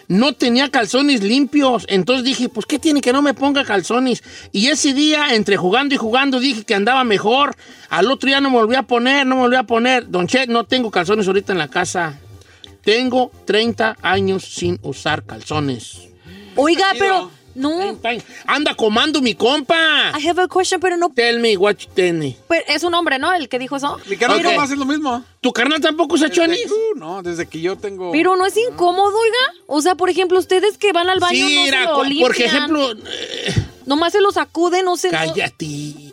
A: No tenía calzones limpios, entonces dije, pues ¿qué tiene que no me ponga calzones? Y ese día, entre jugando y jugando, dije que andaba mejor. Al otro día no me volví a poner, no me volví a poner. Don Che, no tengo calzones ahorita en la casa. Tengo 30 años sin usar calzones.
B: Oiga, pero, no.
A: 30 años. Anda comando mi compa.
B: I have a question, pero no.
A: Tell me what you tell me.
B: pero Pues, es un hombre, ¿no? El que dijo eso.
C: mi carnal
A: Ok.
C: ¿cómo haces lo mismo?
A: ¿Tu carnal tampoco usa
C: Desde-
A: chonis?
C: Uh, no, desde que yo tengo...
B: Pero no es incómodo, oiga. O sea, por ejemplo, ustedes que van al baño
A: Sí,
B: no se
A: mira,
B: lo
A: co-
B: limpian.
A: por ejemplo, eh,
B: Nomás se lo sacuden, no se lo-
A: cállate,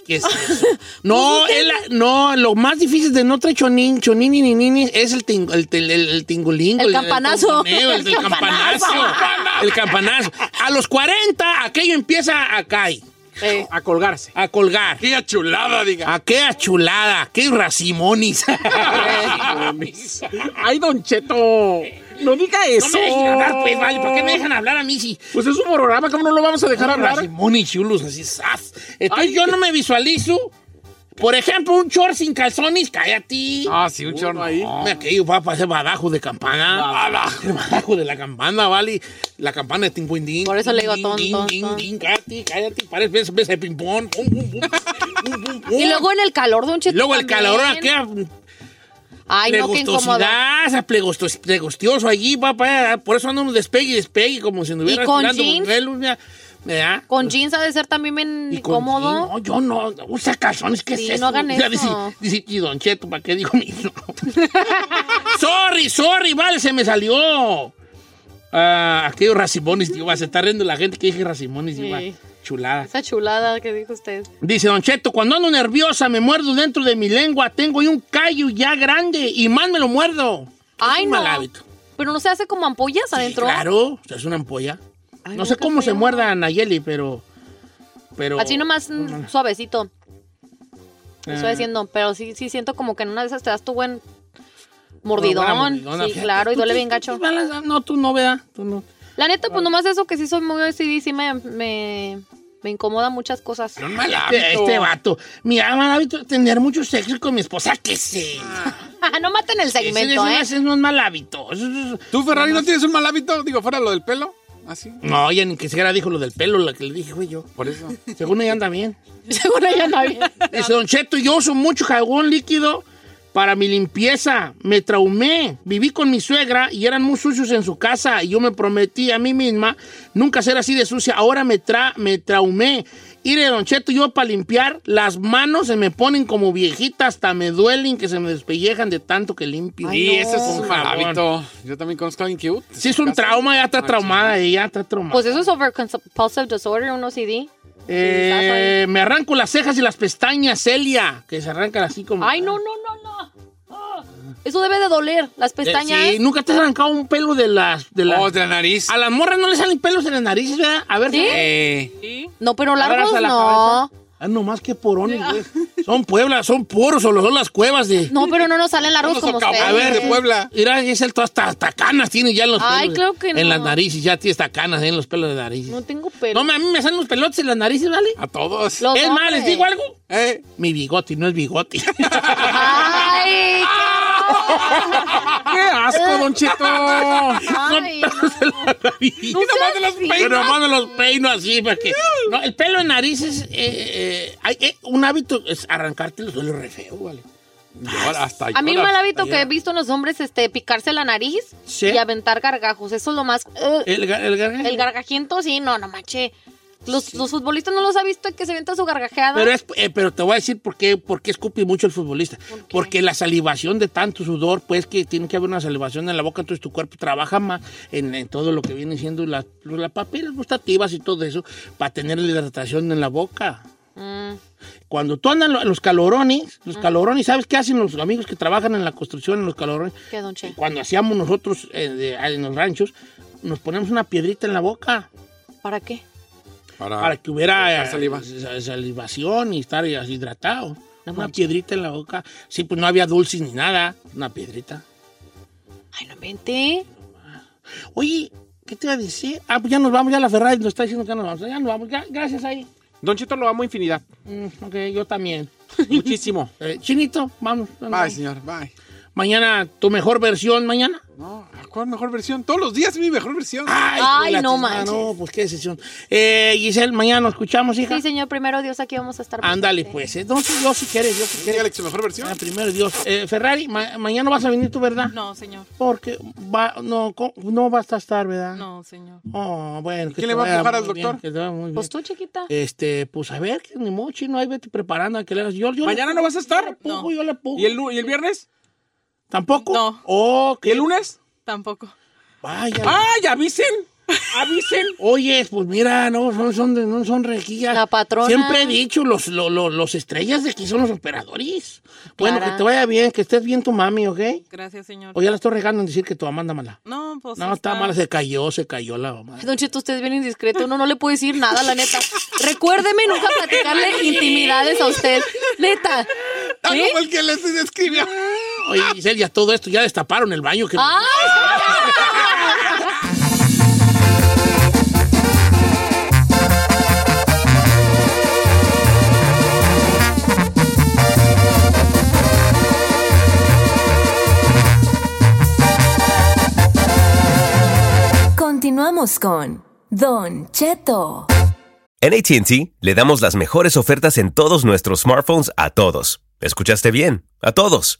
A: ¿qué es eso? No, es la- no, lo más difícil de no traer chonín, chonín y nininis es el, ting- el, el, el- el tingulingo.
B: El
D: Pues,
B: campanazo.
A: tontoneo, El,
B: El
A: del campanazo.
B: campanazo.
A: El campanazo. A los 40, aquello empieza a caer,
B: Eh,
D: A colgarse.
A: a colgar.
C: ¡Qué chulada, diga!
A: Aquella chulada, qué racimonis. racimonis.
D: ¡Ay, Don Cheto! ¡No diga
A: No
D: eso!
A: me dejen hablar, pues, vale, ¿por qué me dejan hablar a mí si...
D: Pues es un programa, ¿cómo no lo vamos a dejar hablar?
A: Simón y chulos, así, zas. Entonces
D: Ay.
A: yo no me visualizo. Por ejemplo, un short sin calzones, cállate.
C: Ah, sí, un chorno ahí.
A: No, hombre, aquello va para hacer badajo de campana. Badajo. Badajo de la campana, vale. La campana de tinguindín.
B: Por eso le digo
A: Din,
B: ton,
A: din,
B: ton,
A: din,
B: ton.
A: din, Cállate, cállate. Parece ves- ves el ping-pong. Pum, pum, pum. Pum, pum, pum.
B: y luego en el calor, don
A: Y
B: Cheto.
A: luego el
B: también.
A: calor, aquella
B: Ay, no, qué incómodo.
A: plegustosidad, esa plegostos- plegostioso allí, papá. Por eso anda uno despegue y despegue, como si anduviera
B: ¿Y con
A: tirando
B: jeans?
A: burrelos, mira. Mira.
B: Con jeans ha de ser también bien
A: Y con-
B: incómodo.
A: sí, no, yo no. Usa calzones, ¿qué
B: Sí,
A: es eso?
B: no hagan
A: Ya
B: eso.
A: Dice, dice, y Don Cheto, ¿para qué dijo mi hijo? sorry, sorry, vale, se me salió. Ah, aquellos racimones, digo, se está riendo la gente que dije racimones, digo,
B: Sí.
A: chulada.
B: Esa chulada que dijo usted.
A: Dice Don Cheto, cuando ando nerviosa me muerdo dentro de mi lengua, tengo ahí un callo ya grande y más me lo muerdo. es
B: Ay,
A: un
B: no.
A: mal hábito.
B: Pero no se hace como ampollas adentro.
A: Claro, o sea, es una ampolla.
B: Ay,
A: no sé
B: qué
A: cómo se
B: feo.
A: muerda Nayeli, pero... pero
B: Así nomás mm, suavecito.
A: Ah.
B: Estoy diciendo, pero sí, sí siento como que en una de esas te das tu buen
A: Buena
B: mordidón.
A: mordidona,
B: Sí,
A: fíjate.
B: claro, y
A: Tú
B: duele
A: sí,
B: bien
A: tú
B: gacho.
A: sí balas- No, tú no, ¿verdad? Tú no.
B: La neta, pues nomás eso que sí soy muy OCD, sí me, me, me incomoda muchas cosas.
C: Era un mal
A: Este,
C: hábito.
A: este vato. Mi mal hábito es tener mucho sexo con mi esposa. que sí?
B: Ah, no maten el
A: Ese
B: segmento,
A: es-
B: ¿eh?
A: ese no es mal hábito. Eso es-
C: ¿Tú, Ferrari, no tienes un mal hábito? Digo, fuera lo del pelo. Así.
A: No, ella ni que siquiera dijo lo del pelo, la que le dije, güey, yo.
C: Por eso.
A: Según ella anda bien.
B: Según ella no había.
A: Dice, Don Cheto, yo uso mucho jabón líquido para mi limpieza. Me traumé. Viví con mi suegra y eran muy sucios en su casa. Y yo me prometí a mí misma nunca ser así de sucia. Ahora me, tra me traumé. Mire, Don Cheto, yo para limpiar, las manos se me ponen como viejitas, hasta me duelen, que se me despellejan de tanto que limpio.
C: Y ese es un
A: Con
C: mal
A: jabón.
C: hábito. Yo también conozco a alguien que... uh,
A: Sí, es un
C: se casa.
A: trauma, ya está
C: Ah,
A: traumada, ella está traumada.
B: Pues eso es overcompulsive disorder, un OCD.
A: Eh, me arranco las cejas y las pestañas, Celia, que se arrancan así como...
B: Ay, no, no, no, no. Ah, Eso debe de doler, las
A: Eh,
B: pestañas.
A: sí, nunca te has arrancado un pelo de las. De las-
C: Oh, de la nariz.
A: A las morras no le salen pelos en las narices, ¿verdad? A ver,
B: ¿Sí?
C: Eh,
G: Sí.
B: No, pero
A: Ahora
B: largos
A: hasta la
B: no.
A: Ah, nomás que porones, güey. Son pueblas, son puros, o lo son las cuevas de.
B: No, pero no nos salen largos
C: Todos
B: como
C: socavones
B: ustedes.
A: A ver,
C: de Puebla.
A: Mira, es el todo hasta, hasta canas tiene ya en los
B: Ay,
A: pelos.
B: claro que
A: En
B: no.
A: las narices, ya tiene hasta canas en los pelos de narices.
B: No
A: No,
B: tengo pelo.
A: ma, a mí me salen los pelotes en las narices, ¿vale?
C: A todos.
B: Los
A: es más, les
B: hombres.
A: digo algo.
C: Eh,
A: Mi bigote no es bigote.
B: Ay, qué
D: ¡Qué asco, Don Cheto!
B: Ay, no.
A: y nomás de los peino. Nomás de los peino así, porque... No, el pelo en narices, eh, eh, hay, eh, un hábito es arrancarte los suelos re feo, ¿vale?
C: Llora, hasta
B: A mí un
C: llora,
B: mal hábito
C: hasta
B: que he
C: llora.
B: visto en los hombres este picarse la nariz
A: Sí.
B: y aventar gargajos. Eso es lo más... eh,
A: El, gar- el gargajo.
B: el gargajiento, sí, no, no manche. Los, los futbolistas no los ha visto que se avienta su gargajeada.
A: Pero, es, eh, pero te voy a decir por qué, por qué escupe mucho el futbolista. Porque la salivación de tanto sudor, pues que tiene que haber una salivación en la boca, entonces tu cuerpo trabaja más en, en todo lo que viene siendo las la papilas gustativas y todo eso, para tener la hidratación en la boca.
B: Mm.
A: Cuando tú andas lo- los calorones, los calorones, ¿sabes qué hacen los amigos que trabajan en la construcción, en los calorones?
B: ¿Qué, don Che?
A: Cuando hacíamos nosotros eh, de- en los ranchos, nos ponemos una piedrita en la boca
B: ¿Para qué?
A: para que hubiera
C: Ah, saliva.
A: eh, sa- salivación y estar eh, hidratado.
B: No
A: una
B: manches.
A: piedrita en la boca. Sí, pues no había dulces ni nada. Una piedrita.
B: Ay, no inventé.
A: Oye, ¿qué te iba a decir? Ah, pues ya nos vamos, ya la Ferrari nos está diciendo que nos vamos. Ya nos vamos, ya, gracias ahí.
D: Don Cheto lo amo infinidad.
A: Mm, ok, yo también.
D: Muchísimo.
A: Eh, Chinito, vamos. ya nos
C: Bye,
A: vamos.
C: señor, bye.
A: Mañana, tu mejor versión, mañana.
C: No, ¿cuál mejor versión? Todos los días es mi mejor versión.
B: Ay,
A: hijo de la
B: no
A: chingada,
B: manches.
A: No, pues qué sesión. Eh, Giselle, mañana nos escuchamos, hija.
B: Sí, señor, primero Dios, aquí vamos a estar.
A: Ándale,
B: presentes.
A: pues. Entonces, yo si quieres, yo si quieres.
C: Dígale que su mejor
A: Ah,
C: versión.
A: primero Dios. Eh, Ferrari, ma- mañana vas a venir tú, ¿verdad?
G: No, señor.
A: Porque va, no, co- no vas a estar, ¿verdad?
G: No, señor.
A: Oh, bueno. que
C: ¿Quién
A: te
C: le va a
A: vaya
C: empujar al
A: muy bien,
C: doctor?
A: que te vaya muy bien.
B: Pues tú, chiquita.
D: Eh,
A: Este, pues a ver, que ni mochi, no, ahí vete preparando a que le hagas. Yo, yo le-
D: ¿Mañana no vas a estar?
A: Yo le pongo, yo le pongo.
D: ¿Y el, lu- y el viernes?
A: ¿Tampoco?
G: No.
A: Oh,
D: ¿Y
A: que
D: el lunes?
G: Tampoco.
A: Vaya.
D: ¡Ay, avisen! ¡Avisen!
A: Oye, pues mira, no son, son, de- no son rejillas.
B: La patrona.
A: Siempre he dicho, los, lo- lo- los estrellas de aquí son los operadores. Bueno,
B: Clara.
A: que te vaya bien, que estés bien tu mami, ¿ok?
G: Gracias, señor.
A: O ya la estoy regando en decir que tu mamá anda mala.
G: No, pues.
A: No, está mala, se cayó, se cayó la mamá.
B: Don Cheto, usted es bien indiscreto. Uno no le puede decir nada, la neta. Recuérdeme nunca platicarle intimidades a usted. Neta.
C: Ah,
B: ¿Sí?
C: como el que les escribió.
A: Oye, Giselle, ya todo esto, ya destaparon el baño que...
B: ¡Ah!
E: Continuamos con Don Cheto.
H: En ATT le damos las mejores ofertas en todos nuestros smartphones a todos. ¿Escuchaste bien? A todos.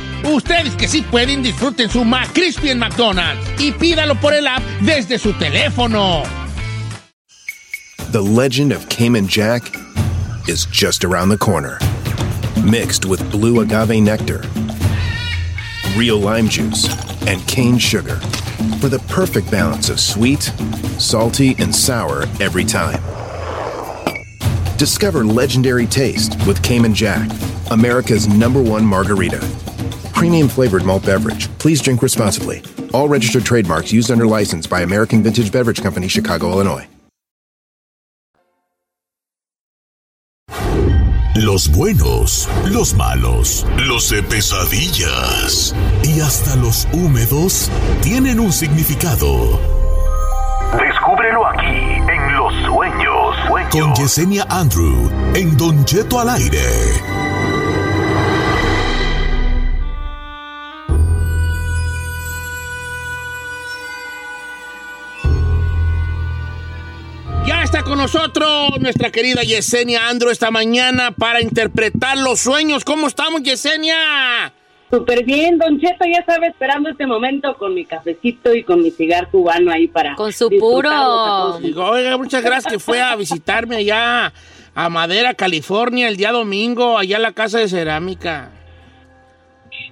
A: Ustedes que sí pueden, disfruten su McCrispy en McDonald's y pídalo por el app desde su teléfono.
I: The legend of Cayman Jack is just around the corner. mixed with blue agave nectar, real lime juice, and cane sugar for the perfect balance of sweet, salty, and sour every time. Discover legendary taste with Cayman Jack, America's number one margarita. Premium flavored malt beverage. Please drink responsibly. All registered trademarks used under license by American Vintage Beverage Company, Chicago, Illinois.
J: Los buenos, los malos, los de pesadillas y hasta los húmedos tienen un significado.
K: Descúbrelo aquí, en los sueños.
J: Con Yesenia Andrew en Don Cheto al aire.
A: Ya está con nosotros nuestra querida Yesenia Andro esta mañana para interpretar los sueños. ¿Cómo estamos, Yesenia?
L: Súper bien, Don Cheto, ya sabe, esperando este momento con mi cafecito y con mi cigar cubano ahí para... Con su
A: Digo, oiga, muchas gracias que fue a visitarme allá a Madera, California, el día domingo, allá en la casa de cerámica.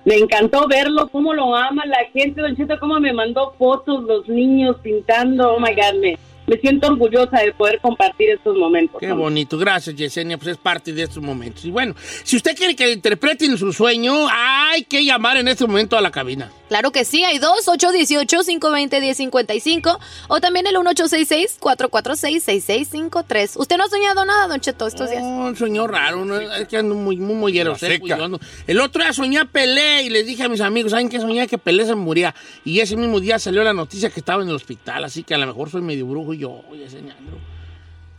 L: Me encantó verlo, cómo lo ama la gente, Don Cheto, cómo me mandó fotos los niños pintando, oh my God, me, me siento orgullosa de poder compartir estos momentos.
A: Qué bonito, gracias Yesenia, pues es parte de estos momentos. Y bueno, si usted quiere que le interpreten su sueño, hay que llamar en este momento a la cabina.
B: Claro que sí, hay dos, 818-520-1055 o también el 1866-446-6653. ¿Usted no ha soñado nada, Don Cheto, estos días?
A: Un sueño raro, ¿no? es que ando muy, muy mollero seco, y yo ando- El otro día soñé a Pelé y les dije a mis amigos, ¿saben qué? Soñé que Pelé se moría. Y ese mismo día salió la noticia que estaba en el hospital, así que a lo mejor soy medio brujo y yo, Yesenia Andro.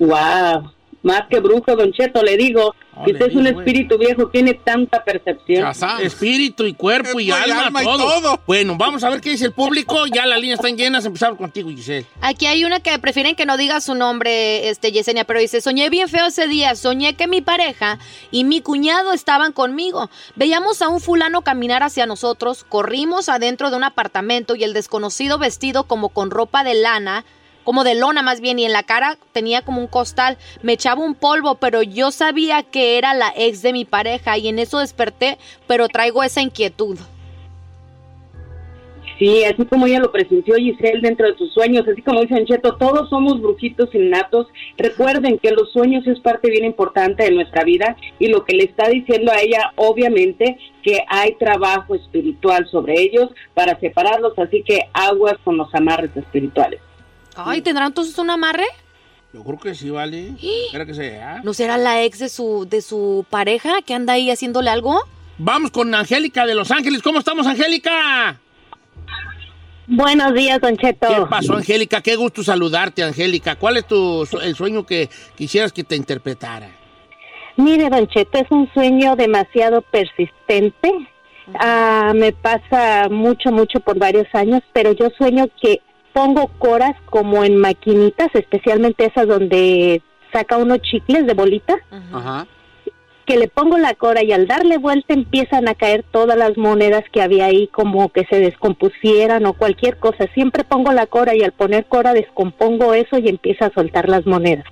L: Wow, más que brujo, Don Cheto, le digo, que
A: le
L: usted es un
A: digo, eh.
L: espíritu viejo, tiene tanta percepción.
A: Espíritu y cuerpo y
L: Cuerpo y
A: alma,
L: alma y
A: todo.
L: todo.
A: Bueno, vamos a ver qué dice el público. Ya las líneas están llenas. Empezamos contigo, Giselle.
B: Aquí hay una que prefieren que no diga su nombre, este Yesenia, pero dice, soñé bien feo ese día, soñé que mi pareja y mi cuñado estaban conmigo. Veíamos a un fulano caminar hacia nosotros, corrimos adentro de un apartamento y el desconocido vestido como con ropa de lana, como de lona más bien, y en la cara tenía como un costal, me echaba un polvo, pero yo sabía que era la ex de mi pareja y en eso desperté, pero traigo esa inquietud.
L: Sí, así como ella lo presenció Giselle dentro de sus sueños, así como dice Cheto, todos somos brujitos innatos. Recuerden que los sueños es parte bien importante de nuestra vida y lo que le está diciendo a ella, obviamente, que hay trabajo espiritual sobre ellos para separarlos, así que aguas con los amarres espirituales.
B: Ay, ¿tendrán entonces un amarre?
A: Yo creo que sí, vale. Espera que sea.
B: ¿No será la ex de su, de su pareja que anda ahí haciéndole algo?
A: Vamos con Angélica de Los Ángeles. ¿Cómo estamos, Angélica?
M: Buenos días, Don Cheto.
A: ¿Qué pasó, Angélica? Qué gusto saludarte, Angélica. ¿Cuál es tu, su- el sueño que quisieras que te interpretara?
M: Mire, Don Cheto, es un sueño demasiado persistente. Ah, me pasa mucho, mucho por varios años, pero yo sueño que pongo coras como en maquinitas, especialmente esas donde saca uno chicles de bolita,
C: Ajá.
M: que le pongo la cora y al darle vuelta empiezan a caer todas las monedas que había ahí como que se descompusieran o cualquier cosa. Siempre pongo la cora y al poner cora descompongo eso y empieza a soltar las monedas.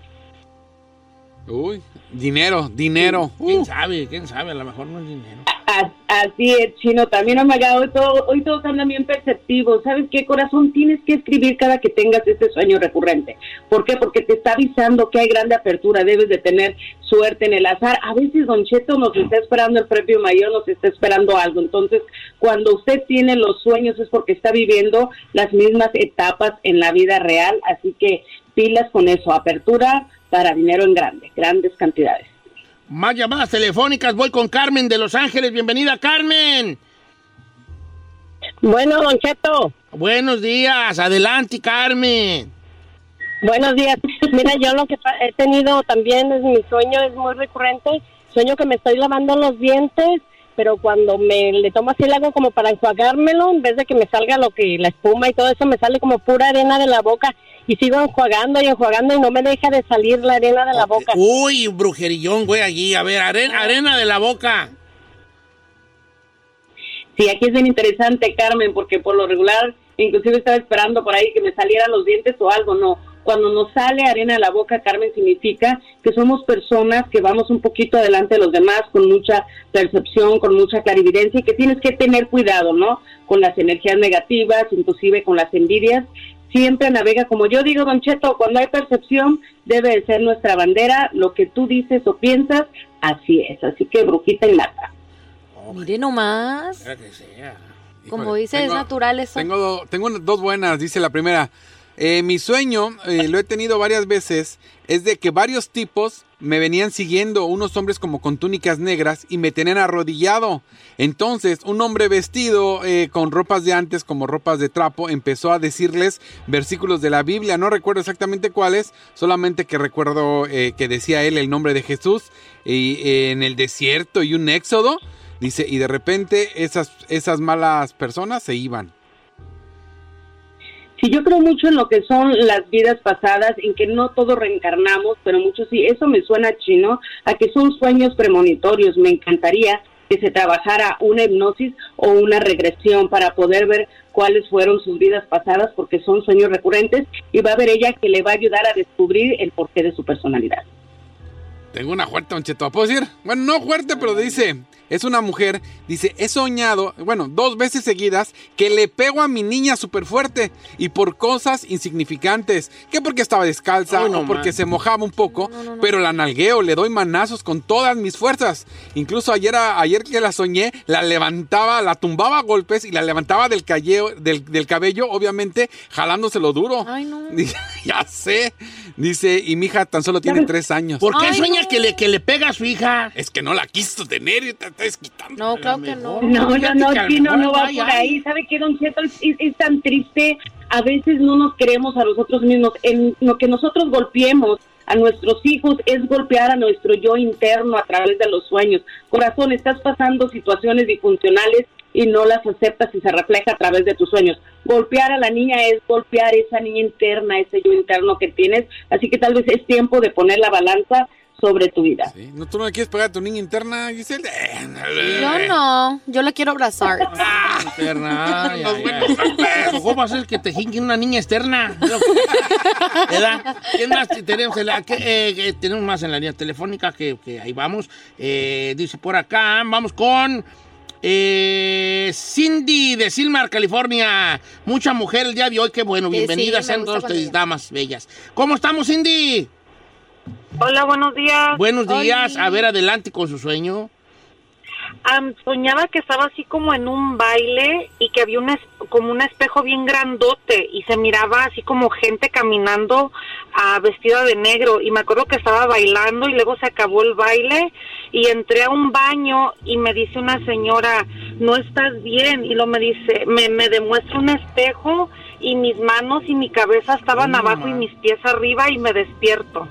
C: Uy, dinero, dinero. Uh.
A: ¿Quién sabe? ¿Quién sabe? A lo mejor no es dinero.
L: A- Así es, Chino, también, oh my God, hoy, todo- hoy todos andan bien perceptivos. ¿Sabes qué, corazón? Tienes que escribir cada que tengas este sueño recurrente. ¿Por qué? Porque te está avisando que hay grande apertura, debes de tener suerte en el azar. A veces Don Cheto nos está esperando el premio mayor, nos está esperando algo. Entonces, cuando usted tiene los sueños es porque está viviendo las mismas etapas en la vida real. Así que pilas con eso, apertura para dinero en grande, grandes cantidades.
A: Más llamadas telefónicas. Voy con Carmen de Los Ángeles. Bienvenida, Carmen.
M: Bueno, Don Cheto.
A: Buenos días. Adelante, Carmen.
M: Buenos días. Mira, yo lo que pa- he tenido también es mi sueño es muy recurrente. Sueño que me estoy lavando los dientes, pero cuando me le tomo así el agua como para enjuagármelo, en vez de que me salga lo que la espuma y todo eso, me sale como pura arena de la boca y sigo enjuagando y enjuagando y no me deja de salir la arena de la boca.
A: Uy, brujerillón, güey, allí. A ver, arena, arena de la boca.
L: Sí, aquí es bien interesante, Carmen, porque por lo regular, inclusive estaba esperando por ahí que me salieran los dientes o algo, no. Cuando nos sale arena a la boca, Carmen, significa que somos personas que vamos un poquito adelante de los demás con mucha percepción, con mucha clarividencia y que tienes que tener cuidado, ¿no? Con las energías negativas, inclusive con las envidias. Siempre navega, como yo digo, Don Cheto, cuando hay percepción debe de ser nuestra bandera, lo que tú dices o piensas, así es. Así que brujita en lata.
B: Mire nomás.
A: Era que sea.
B: Como dice, es
C: tengo-
B: natural eso.
C: Tengo, do- tengo un- dos buenas, dice la primera. Eh, mi sueño, eh, lo he tenido varias veces, es de que varios tipos me venían siguiendo, unos hombres como con túnicas negras, y me tenían arrodillado. Entonces, un hombre vestido eh, con ropas de antes, como ropas de trapo, empezó a decirles versículos de la Biblia. No recuerdo exactamente cuáles, solamente que recuerdo eh, que decía él el nombre de Jesús y, eh, en el desierto y un éxodo. Dice, y de repente esas, esas malas personas se iban.
L: Sí, yo creo mucho en lo que son las vidas pasadas, en que no todos reencarnamos, pero muchos sí. Eso me suena chino, a que son sueños premonitorios. Me encantaría que se trabajara una hipnosis o una regresión para poder ver cuáles fueron sus vidas pasadas, porque son sueños recurrentes y va a ver ella que le va a ayudar a descubrir el porqué de su personalidad.
C: Tengo una fuerte, Don Cheto. ¿Puedo decir? Bueno, no fuerte, pero dice, es una mujer, dice, he soñado, bueno, dos veces seguidas, que le pego a mi niña súper fuerte y por cosas insignificantes. Que porque estaba descalza
A: Ay, no,
C: o porque
A: man.
C: se mojaba un poco, pero la nalgueo, le doy manazos con todas mis fuerzas. Incluso ayer, a- ayer que la soñé, la levantaba, la tumbaba a golpes y la levantaba del, calleo, del, del cabello, obviamente, jalándoselo duro. Ay, no. ya sé. Dice, y mi hija tan solo tiene tres años.
A: ¿Por qué sueña que, le, que le pega a su hija?
C: Es que no la quiso tener y te estás quitando.
B: No, claro que no.
L: No, no, no, Chino, no va
B: Ay,
L: por
B: ay.
L: ahí. ¿Sabe qué, Don Cheto? Es, es tan triste. A veces no nos creemos a nosotros mismos. En lo que nosotros golpeemos a nuestros hijos es golpear a nuestro yo interno a través de los sueños. Corazón, estás pasando situaciones disfuncionales y no las aceptas y se refleja a través de tus sueños. Golpear a la niña es golpear esa niña interna, ese yo interno que tienes. Así que tal vez es tiempo de poner la balanza sobre tu vida.
C: ¿No, ¿Tú no le quieres pegar a tu niña interna, Giselle? Eh,
B: Yo no, yo la quiero abrazar.
A: Interna. Ay, ay, ay. ¿Cómo va a ser que te jinquen una niña externa? ¿Verdad? ¿Quién más tenemos? en la- que, eh, que tenemos más en la línea telefónica que, que ahí vamos. Eh, dice por acá, vamos con eh, Cindy de Silmar, California. Mucha mujer el día de hoy, qué bueno.
N: Sí, sí,
A: Bienvenidas
N: me
A: sean
N: gusta
A: todas
N: cuando
A: ustedes,
N: llegan.
A: damas bellas. ¿Cómo estamos, Cindy?
N: Hola, buenos días.
A: Buenos días. A ver, adelante con su sueño.
N: Am, soñaba que estaba así como en un baile y que había un es- como un espejo bien grandote y se miraba así como gente caminando ah, vestida de negro y me acuerdo que estaba bailando y luego se acabó el baile y entré a un baño y me dice una señora no estás bien y lo me dice me, me demuestra un espejo y mis manos y mi cabeza estaban abajo y mis pies arriba y me despierto.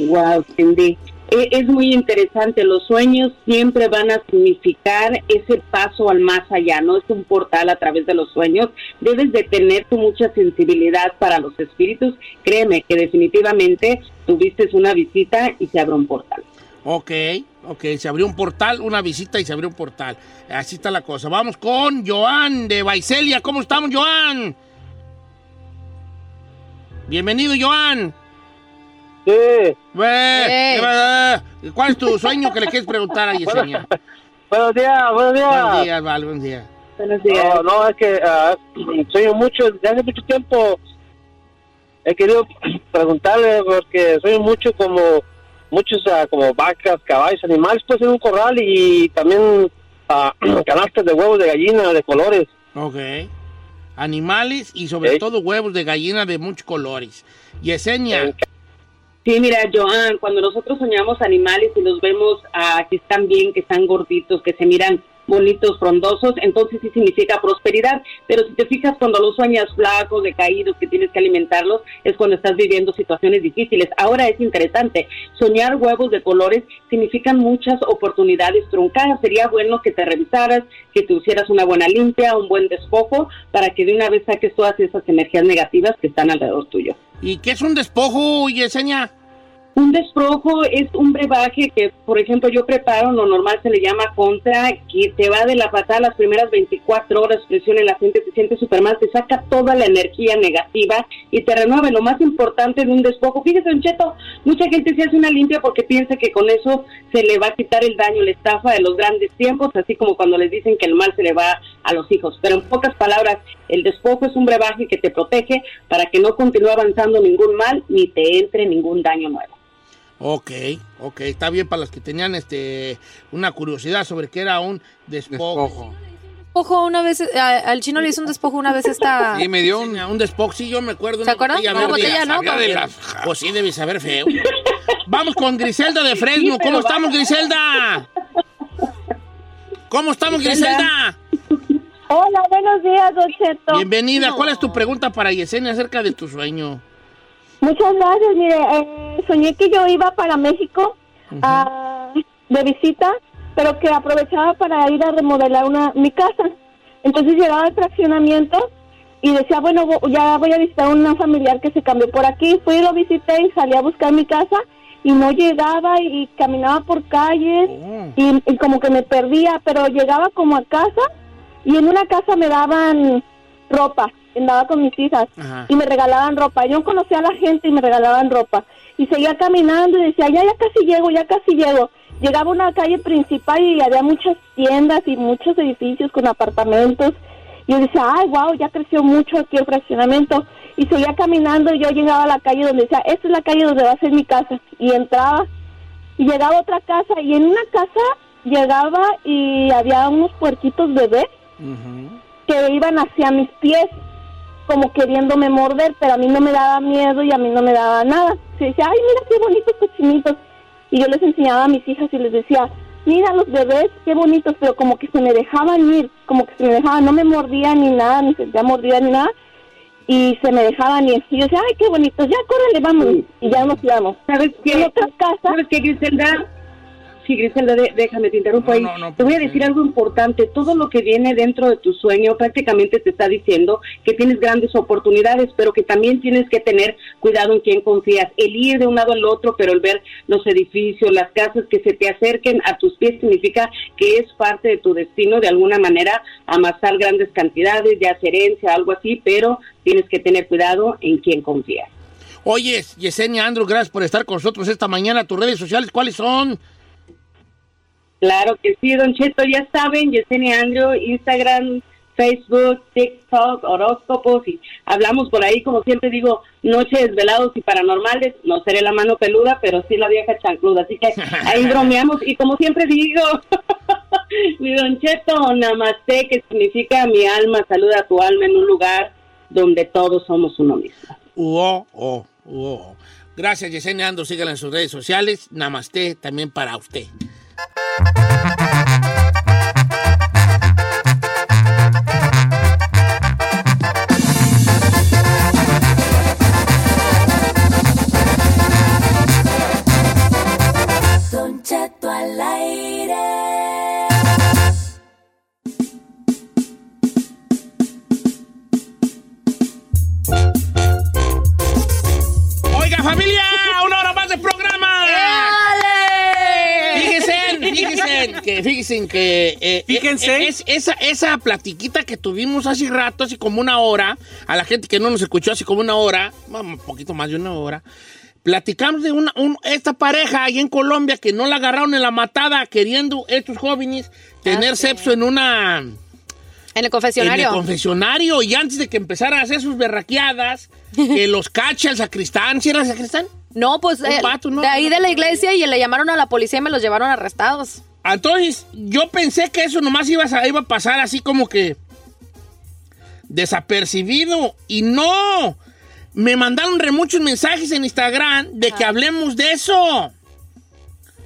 L: Wow, Cindy. E- Es muy interesante, los sueños siempre van a significar ese paso al más allá, no es un portal a través de los sueños, debes de tener tu mucha sensibilidad para los espíritus, créeme que definitivamente tuviste una visita y se abre un portal.
A: Ok, ok, se abrió un portal, una visita y se abrió un portal. Así está la cosa. Vamos con Joan de Vaiselia. ¿Cómo estamos, Joan? Bienvenido, Joan.
O: Sí.
A: Eh, eh, ¿Cuál es tu sueño que le quieres preguntar a Yesenia?
O: Buenos días, buenos días.
A: Buenos días, Val, buenos días.
O: No, no, es que ah, sueño mucho, desde hace mucho tiempo he querido preguntarle porque sueño mucho como muchos ah, como vacas, caballos, animales pues en un corral y también ah, canastas de huevos de gallina de colores.
A: Ok. Animales y sobre todo huevos de gallina de muchos colores. Yesenia.
L: Sí, mira, Joan, cuando nosotros soñamos animales y los vemos ah, que están bien, que están gorditos, que se miran bonitos, frondosos, entonces sí significa prosperidad. Pero si te fijas, cuando los sueñas flacos, decaídos, que tienes que alimentarlos, es cuando estás viviendo situaciones difíciles. Ahora es interesante, soñar huevos de colores significan muchas oportunidades truncadas. Sería bueno que te revisaras, que te hicieras una buena limpia, un buen despojo, para que de una vez saques todas esas energías negativas que están alrededor tuyo.
A: ¿Y qué es un despojo, Yesenia?
L: Un desprojo es un brebaje que, por ejemplo, yo preparo, lo normal se le llama contra, que te va de la patada las primeras 24 horas, presión en la gente, te sientes súper mal, te saca toda la energía negativa y te renueva. Lo más importante de un despojo, fíjese, Don Cheto, mucha gente se hace una limpia porque piensa que con eso se le va a quitar el daño, la estafa de los grandes tiempos, así como cuando les dicen que el mal se le va a los hijos. Pero en pocas palabras, el despojo es un brebaje que te protege para que no continúe avanzando ningún mal ni te entre ningún daño nuevo.
A: Ok, ok, está bien para las que tenían este una curiosidad sobre qué era un despojo.
B: Ojo, una vez, a- al chino le hizo un despojo una vez esta...
A: Y me dio un, un despojo, sí, yo me acuerdo.
B: Ah. ¿Se acuerdan? Una
A: verde,
B: botella, ¿no?
A: sabía de
B: Con-
A: la- Pues sí, debe saber feo. Vamos con Griselda de Fresno. ¿Cómo estamos, Griselda? ¿Cómo estamos, Griselda?
P: Hola, buenos días, Don Cheto.
A: Bienvenida. ¿Cuál es tu pregunta para Yesenia acerca de tu sueño?
P: Muchas gracias. Mire, eh, soñé que yo iba para México ah, de visita, pero que aprovechaba para ir a remodelar una mi casa. Entonces llegaba al fraccionamiento y decía, bueno, vo- ya voy a visitar a una familiar que se cambió por aquí. Fui y lo visité y salí a buscar mi casa y no llegaba y, caminaba por calles y, y como que me perdía, pero llegaba como a casa y en una casa me daban ropa, andaba con mis hijas
Q: Ajá.
P: y me regalaban ropa. Yo conocía a la gente y me regalaban ropa. Y seguía caminando y decía, ya, ya casi llego, ya casi llego. Llegaba a una calle principal y había muchas tiendas y muchos edificios con apartamentos. Y yo decía, ay, wow, ya creció mucho aquí el fraccionamiento. Y seguía caminando y yo llegaba a la calle donde decía, esta es la calle donde va a ser mi casa. Y entraba y llegaba a otra casa y en una casa llegaba y había unos puerquitos bebés que iban hacia mis pies como queriéndome morder, pero a mí no me daba miedo y a mí no me daba nada. Se decía, ay, mira qué bonitos cochinitos. Y yo les enseñaba a mis hijas y les decía, mira los bebés, qué bonitos, pero como que se me dejaban ir, como que se me dejaban, no me mordían ni nada, ni sentía mordida ni nada. Y se me dejaban ir. Y yo decía, ay, qué bonitos, ya córrele, vamos. Y ya nos íbamos.
L: ¿Sabes qué?
P: En otras casas.
L: ¿Sabes qué, Griselda? Sí, Griselda, de- déjame te interrumpo ahí. te voy a decir algo importante. Todo lo que viene dentro de tu sueño prácticamente te está diciendo que tienes grandes oportunidades, pero que también tienes que tener cuidado en quién confías. El ir de un lado al otro, pero el ver los edificios, las casas que se te acerquen a tus pies significa que es parte de tu destino de alguna manera amasar grandes cantidades, ya sea herencia, algo así, pero tienes que tener cuidado en quién confías.
A: Oye, Yesenia Andrew, gracias por estar con nosotros esta mañana. Tus redes sociales, ¿cuáles son?
L: Claro que sí, Don Cheto, ya saben, Yesenia Andrew, Instagram, Facebook, TikTok, horóscopos, y hablamos por ahí, como siempre digo, noches velados y paranormales, no seré la mano peluda, pero sí la vieja chancluda, así que ahí bromeamos, y como siempre digo, mi Don Cheto, namaste, que significa mi alma, saluda a tu alma en un lugar donde todos somos uno mismo.
A: Uo, o, uo. Gracias, Yesenia Andro. Síganla en sus redes sociales. Namaste también para usted.
E: Don Cheto al aire.
A: ¡Oiga, familia! ¡Una hora más de programa! Fíjense, fíjense que, fíjense que eh, eh, es- esa, esa platiquita que tuvimos hace rato, así como una hora, a la gente que no nos escuchó hace como una hora, vamos, un poquito más de una hora, platicamos de una, un- esta pareja ahí en Colombia que no la agarraron en la matada queriendo estos jóvenes tener sexo en una...
B: En el confesionario.
A: En el confesionario. Y antes de que empezara a hacer sus berraqueadas, que los cacha el sacristán. ¿Sí era el sacristán?
B: No, pues
A: Un
B: eh,
A: vato, ¿no?
B: de ahí de la iglesia y le llamaron a la policía y me los llevaron arrestados.
A: Entonces, yo pensé que eso nomás iba a, iba a pasar así como que desapercibido. Y no. Me mandaron re muchos mensajes en Instagram de que hablemos de eso.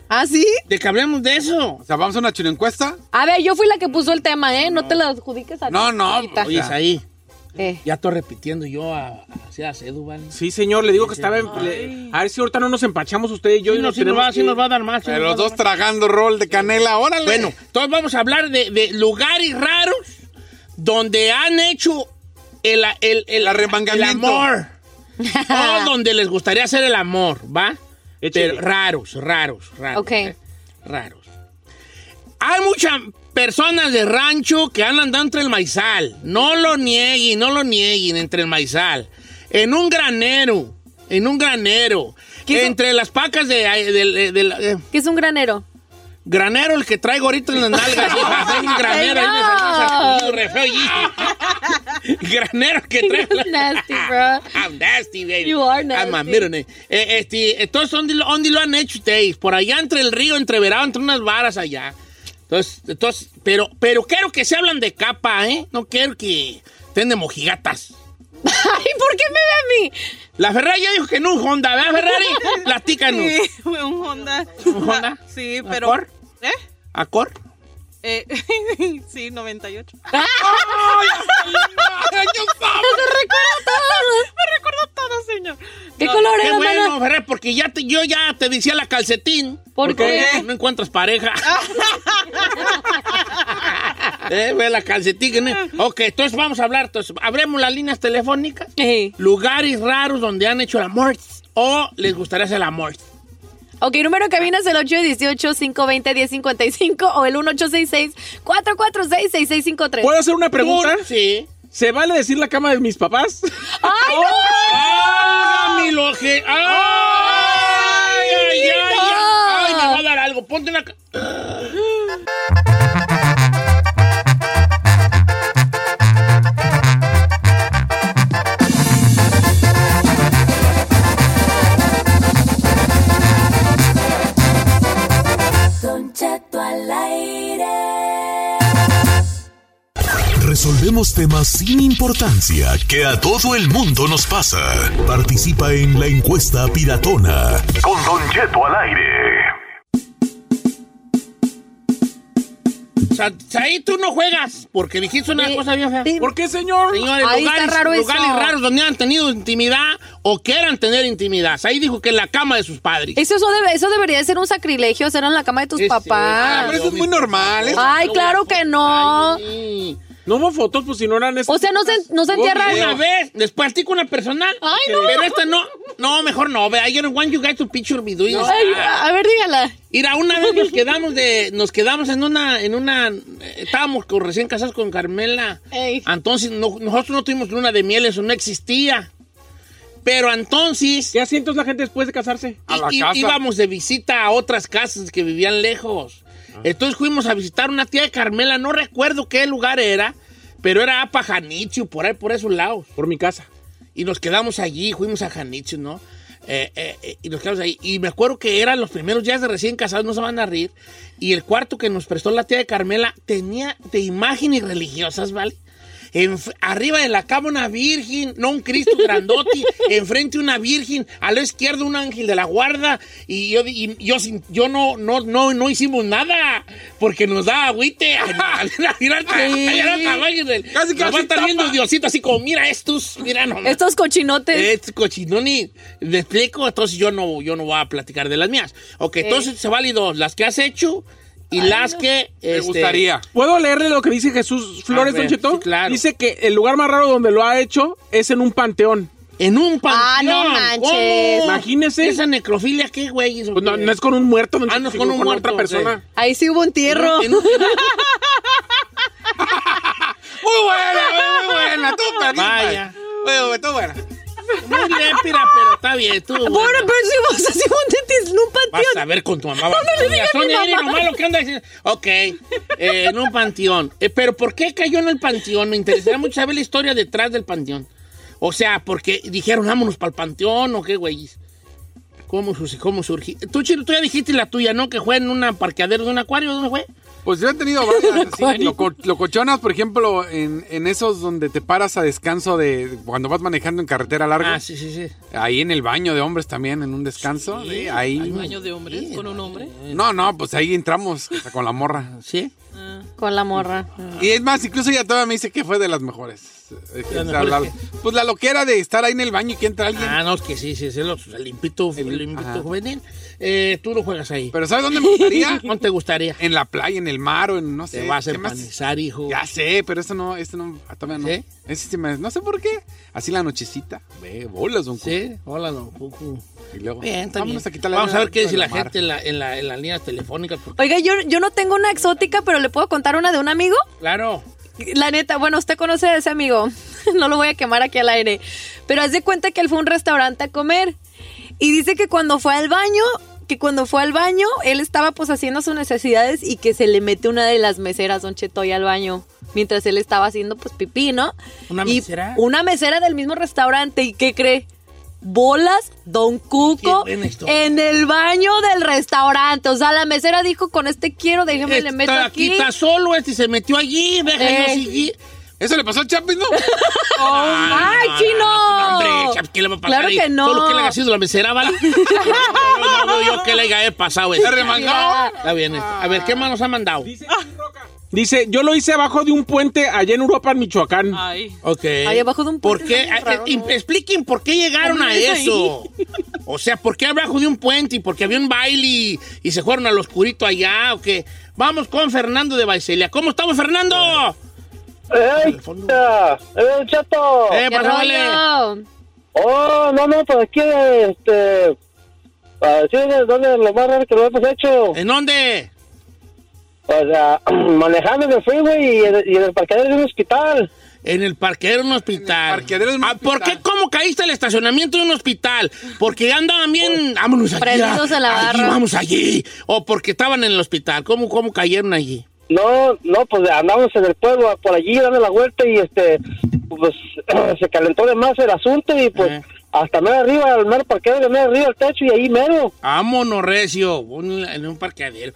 B: ¿Ah, sí?
A: De que hablemos de eso.
C: O sea, vamos a una chino encuesta.
B: A ver, yo fui la que puso el tema, ¿eh? No, te lo adjudiques a
C: No,
B: ti,
C: no,
B: ahorita.
A: Oye, es ahí.
B: Eh.
A: Ya estoy repitiendo yo a, a, hacia Sedu, ¿vale?
D: Sí, señor, le digo que estaba... en- le- a ver si ahorita no nos empachamos usted y yo.
A: Sí,
D: y
A: no, sí nos va- sí nos va a dar más, sí nos va a dar más.
C: tragando rol de canela, órale.
A: Bueno, entonces vamos a hablar de, de lugares raros donde han hecho el, el, el, el amor. o donde les gustaría hacer el amor, ¿va? Pero raros, raros, raros.
B: Ok.
A: eh, raros. Hay muchas personas de rancho que andan dando entre el maizal. No lo nieguen, no lo nieguen entre el maizal. En un granero, en un granero. Entre las pacas de... de- de- de- eh,
B: ¿Qué es un granero?
A: Granero el que traigo ahorita en las nalgas, hija. Soy un granero. ahí me salió un sarpullido re feo, hija. granero el que traigo.
B: nasty, bro.
A: I'm nasty, baby.
B: You are nasty.
A: I'm a middle name. Eh, este, entonces, ¿dónde, lo- dónde lo han hecho ustedes? Por allá entre el río, entreverado, entre unas varas allá. Entonces, entonces pero, pero quiero que se hablan de capa, ¿eh? No quiero que estén de mojigatas.
B: Ay, ¿por qué me ve a mí?
A: La Ferrari ya dijo que no, un Honda, ¿verdad, Ferrari? Platícanos.
G: Sí, un Honda.
A: ¿Un Honda?
G: Sí, pero...
A: ¿Acor?
G: ¿Eh?
A: ¿Acor?
G: Eh, sí, 98.
B: recuerdo todo!
G: ¡Me recuerdo todo, señor!
A: No, qué bueno, Ferrari, porque ya te- yo ya te decía la calcetín.
G: ¿Por
A: Porque
G: qué?
A: No encuentras pareja. eh, ve la calcetín. que no- Ok, entonces vamos a hablar. Entonces, abremos las líneas telefónicas. Lugares raros donde han hecho el amor o les gustaría hacer el amor.
B: Ok, número que viene es el 818-520-1055 o el 1866-446-6653.
D: ¿Puedo hacer una pregunta?
A: Sí.
D: ¿Se vale decir la cama de mis papás?
B: ¡Ay, no!
A: ¡Ah, mi loje! ¡Ay, ay, ay! ¡Ay, me va a dar algo! Ponte una... ca-
E: Don Chato al aire.
J: Resolvemos temas sin importancia que a todo el mundo nos pasa. Participa en la encuesta piratona.
K: Con Don Cheto al aire.
A: Sa- Saí, tú no juegas porque dijiste una cosa bien fea.
D: ¿Por qué, señor?
A: Señores,
D: Ahí
A: lugares,
D: está raro eso.
A: lugares raros donde han tenido intimidad o quieran tener intimidad. Ahí dijo que en la cama de sus padres.
B: Eso, eso, debe- eso debería de ser un sacrilegio, hacerlo en la cama de tus
A: Ah,
B: papás.
A: pero eso es muy normal, ¿eh?
B: Ay, claro que no.
D: No hubo fotos, pues si no eran estas.
B: O sea, no se, no se
A: Hubo
B: entierra
A: videos. Una vez, les platico una personal.
B: Ay, no.
A: Pero esta no. No, mejor no. Vea, I don't want you guys to picture me doing this.
B: Ay, a ver, dígala.
A: Mira, una vez nos quedamos de, nos quedamos en una, en una, eh, estábamos con- recién casados con Carmela. Entonces, no- nosotros no tuvimos luna de miel, eso no existía. Pero entonces...
D: ¿Qué asientos la gente después de casarse? A la
A: i-
D: casa.
A: Íbamos de visita a otras casas que vivían lejos.
D: Ah.
A: Entonces fuimos a visitar una tía de Carmela, no recuerdo qué lugar era, pero era para Janichu, por ahí, por esos lados.
D: Por mi casa.
A: Y nos quedamos allí, fuimos a Janichu, ¿no? Eh, eh, eh, y nos quedamos ahí. Y me acuerdo que eran los primeros días de recién casados, no se van a reír. Y el cuarto que nos prestó la tía de Carmela tenía de imágenes religiosas, ¿vale? Enf- arriba de la cama una virgen, no un Cristo grandote, enfrente una virgen, a la izquierda un ángel de la guarda, y yo, y yo, sin- yo no, no, no, no hicimos nada, porque nos da agüite. Casi que va a estar viendo Diosito así como, mira estos, mira nomás.
B: Estos cochinotes.
A: Estos cochinones, le explico, entonces yo no, yo no voy a platicar de las mías. Ok,
D: Ey.
A: entonces se válido las que has hecho y las que...
D: Me
A: este,
D: ¿Puedo leerle lo que dice Jesús Flores,
A: A ver,
D: Don Cheto? Dice que el lugar más raro donde lo ha hecho es en un panteón.
A: ¿En un
B: Ah, no
A: panteón?
B: manches.
A: ¿Cómo?
D: Imagínese.
A: ¿Esa necrofilia qué, güey? Eso
D: Pues no,
A: qué.
D: no es con un muerto, no
A: Ah, no es con un muerto,
D: otra persona.
B: Ahí sí hubo un tierro.
A: En un- en un- Muy buena, muy, muy buena. Tú perdiste. Vaya. Muy, tú buena. Muy lépira, pero está bien. Tú, bueno,
B: pero si vos así montes en un
A: Vas
B: panteón.
A: a ver con tu mamá.
B: No, no le digas a mi
A: Sonia, eres
B: mamá.
A: nomás lo que anda diciendo. Ok, eh, en un panteón. Eh, pero ¿por qué cayó en el panteón? Me interesaría mucho saber la historia detrás del panteón. O sea, porque dijeron, vámonos para el panteón o qué, güey. ¿Cómo, sus- ¿Cómo surgió? Tú, Chino, tú ya dijiste la tuya, ¿no? Que fue en una parqueadero de un acuario, ¿dónde fue?
C: Pues yo he tenido varias. así, loco- locochonas, por ejemplo, en, en esos donde te paras a descanso de cuando vas manejando en carretera larga.
A: Ah, sí, sí, sí.
C: Ahí en el baño de hombres también, en un descanso. sí, ahí.
G: Baño de hombres con un hombre.
C: No, no, pues ahí entramos hasta con la morra.
A: ¿Sí?
B: Con la morra.
C: Y es más, incluso ya todavía me dice que fue de las mejores. es que
A: A lo
C: la-
A: mejor
C: la-
A: es que-
C: pues la loquera de estar ahí en el baño y que entra alguien.
A: Ah, no, es que sí, sí, es el, otro, el impito, el impito
C: ajá.
A: juvenil. Eh, tú no juegas ahí.
C: Pero ¿sabes dónde me gustaría?
A: ¿Dónde te gustaría?
C: En la playa, en el mar o en no sé.
A: Te vas a
C: ¿qué más?
A: empanizar, hijo.
C: Ya sé, pero esto no, esto no, ah, todavía no. Ese sí me- no sé por qué. Así la nochecita. Ve, bolas, don
A: Sí, hola, don Cucu.
C: Y luego,
A: Bien, está
C: vámonos
A: bien.
C: a quitarle
A: Vamos a ver
C: la-
A: qué dice
C: la
A: la,
C: mar.
A: gente en la, en la, en las líneas telefónicas. porque-
B: Oiga, yo, yo no tengo una exótica, pero le puedo contar una de un amigo.
A: Claro.
B: La neta, bueno, usted conoce a ese amigo. No lo voy a quemar aquí al aire. Pero haz de cuenta que él fue a un restaurante a comer. Y dice que cuando fue al baño, que cuando fue al baño, él estaba pues haciendo sus necesidades y que se le mete una de las meseras, Don Chetoy, al baño. Mientras él estaba haciendo pues pipí, ¿no?
A: ¿Una
B: Y
A: mesera?
B: Una mesera del mismo restaurante. ¿Y qué cree? Bolas, Don Cuco,
A: buena historia.
B: en el baño del restaurante. O sea, la mesera dijo, con este quiero, déjeme, le meto
A: Está
B: aquí.
A: aquí, está solo, este se metió allí, deja
B: Eh.
A: yo seguir.
C: ¿Eso le pasó al Chapis, no?
B: ¡Oh,
A: Ay,
B: my, chino!
A: hombre, Chapis, ¿qué le va a pasar?
B: Claro
A: ahí?
B: que no.
A: Solo que le haya sido la mesera, ¿vale? no, no, no, yo que le haya pasado.
D: Se remangó.
A: Está bien. este. A ver, ¿qué más nos ha mandado?
D: Dice, yo lo hice abajo de un puente allá en Europa, en Michoacán.
A: Ok.
D: Ahí abajo de un
A: ¿Por
D: puente
A: qué?
D: está bien raro,
A: Eh, im- Expliquen por qué llegaron
D: ¿Cómo
A: a
D: es ahí?
A: eso. O sea, ¿por qué abajo de un puente y porque había un baile y, y se fueron al oscurito allá o qué? Vamos con Fernando de Baicelia. ¿Cómo estamos, Fernando?
O: ¡Ey, chata! ¡Ey, chato!
A: Eh, ¿Qué pásale.
O: Oh, no, no, pues aquí, este... Para decirles dónde es lo más raro que lo hemos hecho.
A: ¿En dónde?
O: O sea, manejando en el freeway y en, y en el parqueadero de un hospital.
A: En el parqueadero de un hospital. Ah, ¿Por qué cómo caíste al estacionamiento de un hospital? Porque ya andaban bien, vámonos allá.
B: Prendidos a la
A: allí,
B: barra.
A: vamos allí. O porque estaban en el hospital. ¿Cómo, cómo cayeron allí?
O: No, no, pues andamos en el pueblo, por allí, dando la vuelta y este... Pues se calentó de más el asunto y pues... Hasta mero arriba, al mero parqueadero, de mero arriba, al techo y ahí mero.
A: Vámonos, Recio. un- en un parqueadero.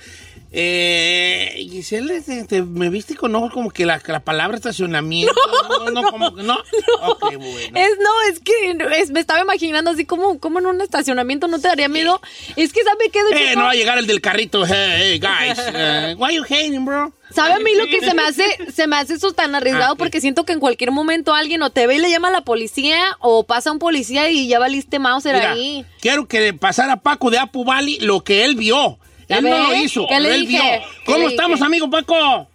A: Eh, Giselle, te- te- me viste con ojos como que la, la palabra estacionamiento. No, no, como que no. Ok, bueno.
B: Es, no, es que es- me estaba imaginando así como, como en un estacionamiento, ¿no te daría miedo? Es que, ¿sabe qué? Don
A: Eh,
B: Cheto?
A: no va a llegar el del carrito. Hey, hey, guys. Eh, why you hating, bro? Ah,
B: ¿Sabe a mí lo que se me hace? Se me hace eso tan arriesgado porque siento que en cualquier momento alguien o te ve y le llama a la policía o pasa un policía y ya valiste Mauser
A: Mira,
B: ahí.
A: Quiero que le pasara a Paco de Apu Valley lo que él vio.
B: Ya
A: Él
B: ve,
A: no lo hizo,
B: ¿qué le
A: pero él
B: dije?
A: vio.
B: ¿Qué le
A: ¿Cómo
B: dije?
A: estamos, amigo Paco? Ah.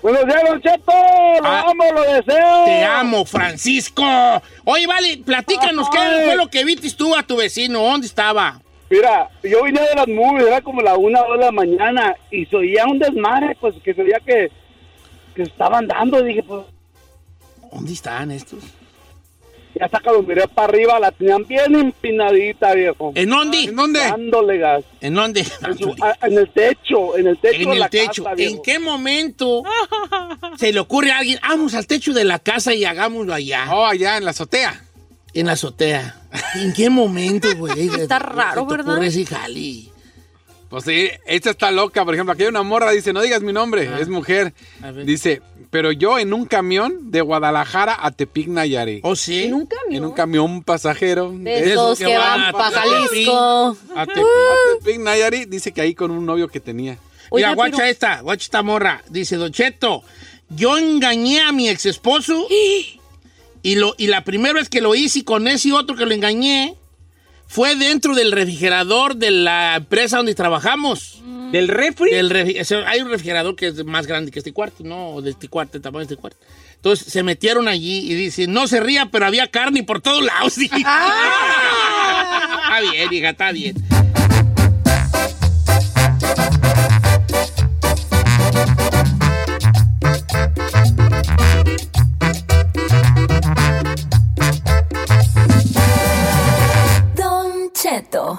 O: Buenos días, Don Cheto. Lo amo, lo deseo.
A: Te amo, Francisco. Oye, vale, platícanos qué fue lo que viste tú a tu vecino. ¿Dónde estaba?
Q: Mira, yo vine de las movies, era como la una o de la mañana, y se oía un desmadre, pues que se oía que, que estaban dando, dije, pues
A: ¿Dónde están estos?
Q: ya hasta que lo miré para arriba, la tenían bien empinadita, viejo.
A: ¿En dónde?
Q: ¿En dónde? Dándole gas.
A: ¿En dónde?
Q: En, su- a- en el techo, en el techo
A: En
Q: de
A: el
Q: la
A: techo.
Q: casa,
A: ¿En
Q: viejo.
A: qué momento se le ocurre a alguien, vamos al techo de la casa y hagámoslo allá?
C: Oh, allá, en la azotea.
A: En la azotea. ¿En qué momento, güey?
C: Está raro,
A: Se te
C: ¿verdad?
A: ocurre ese jali?
C: Pues sí, esta está loca. Por ejemplo, aquí hay una morra, dice, no digas mi nombre,
A: Ah,
C: es mujer. Dice, pero yo en un camión de Guadalajara a Tepic, Nayarit.
A: ¿Oh, sí?
C: ¿En un camión? En un camión pasajero.
B: De esos que van pa' Jalisco.
C: A Tepic, a Tepic, Nayarit. Dice que ahí con un novio que tenía.
A: Mira, guacha esta, guacha esta morra. Dice, Don Cheto, yo engañé a mi ex esposo y, lo, y la primera vez que lo hice y con ese otro que lo engañé fue dentro del refrigerador de la empresa donde trabajamos.
D: Mm. ¿Del refri?
A: hay un refrigerador que es más grande que este cuarto, ¿no? O de este cuarto, el tamaño de este cuarto. Entonces se metieron allí y dice, no se ría, pero había carne por todos lados.
D: Ah.
A: está bien, hija, está bien.
E: Don Cheto.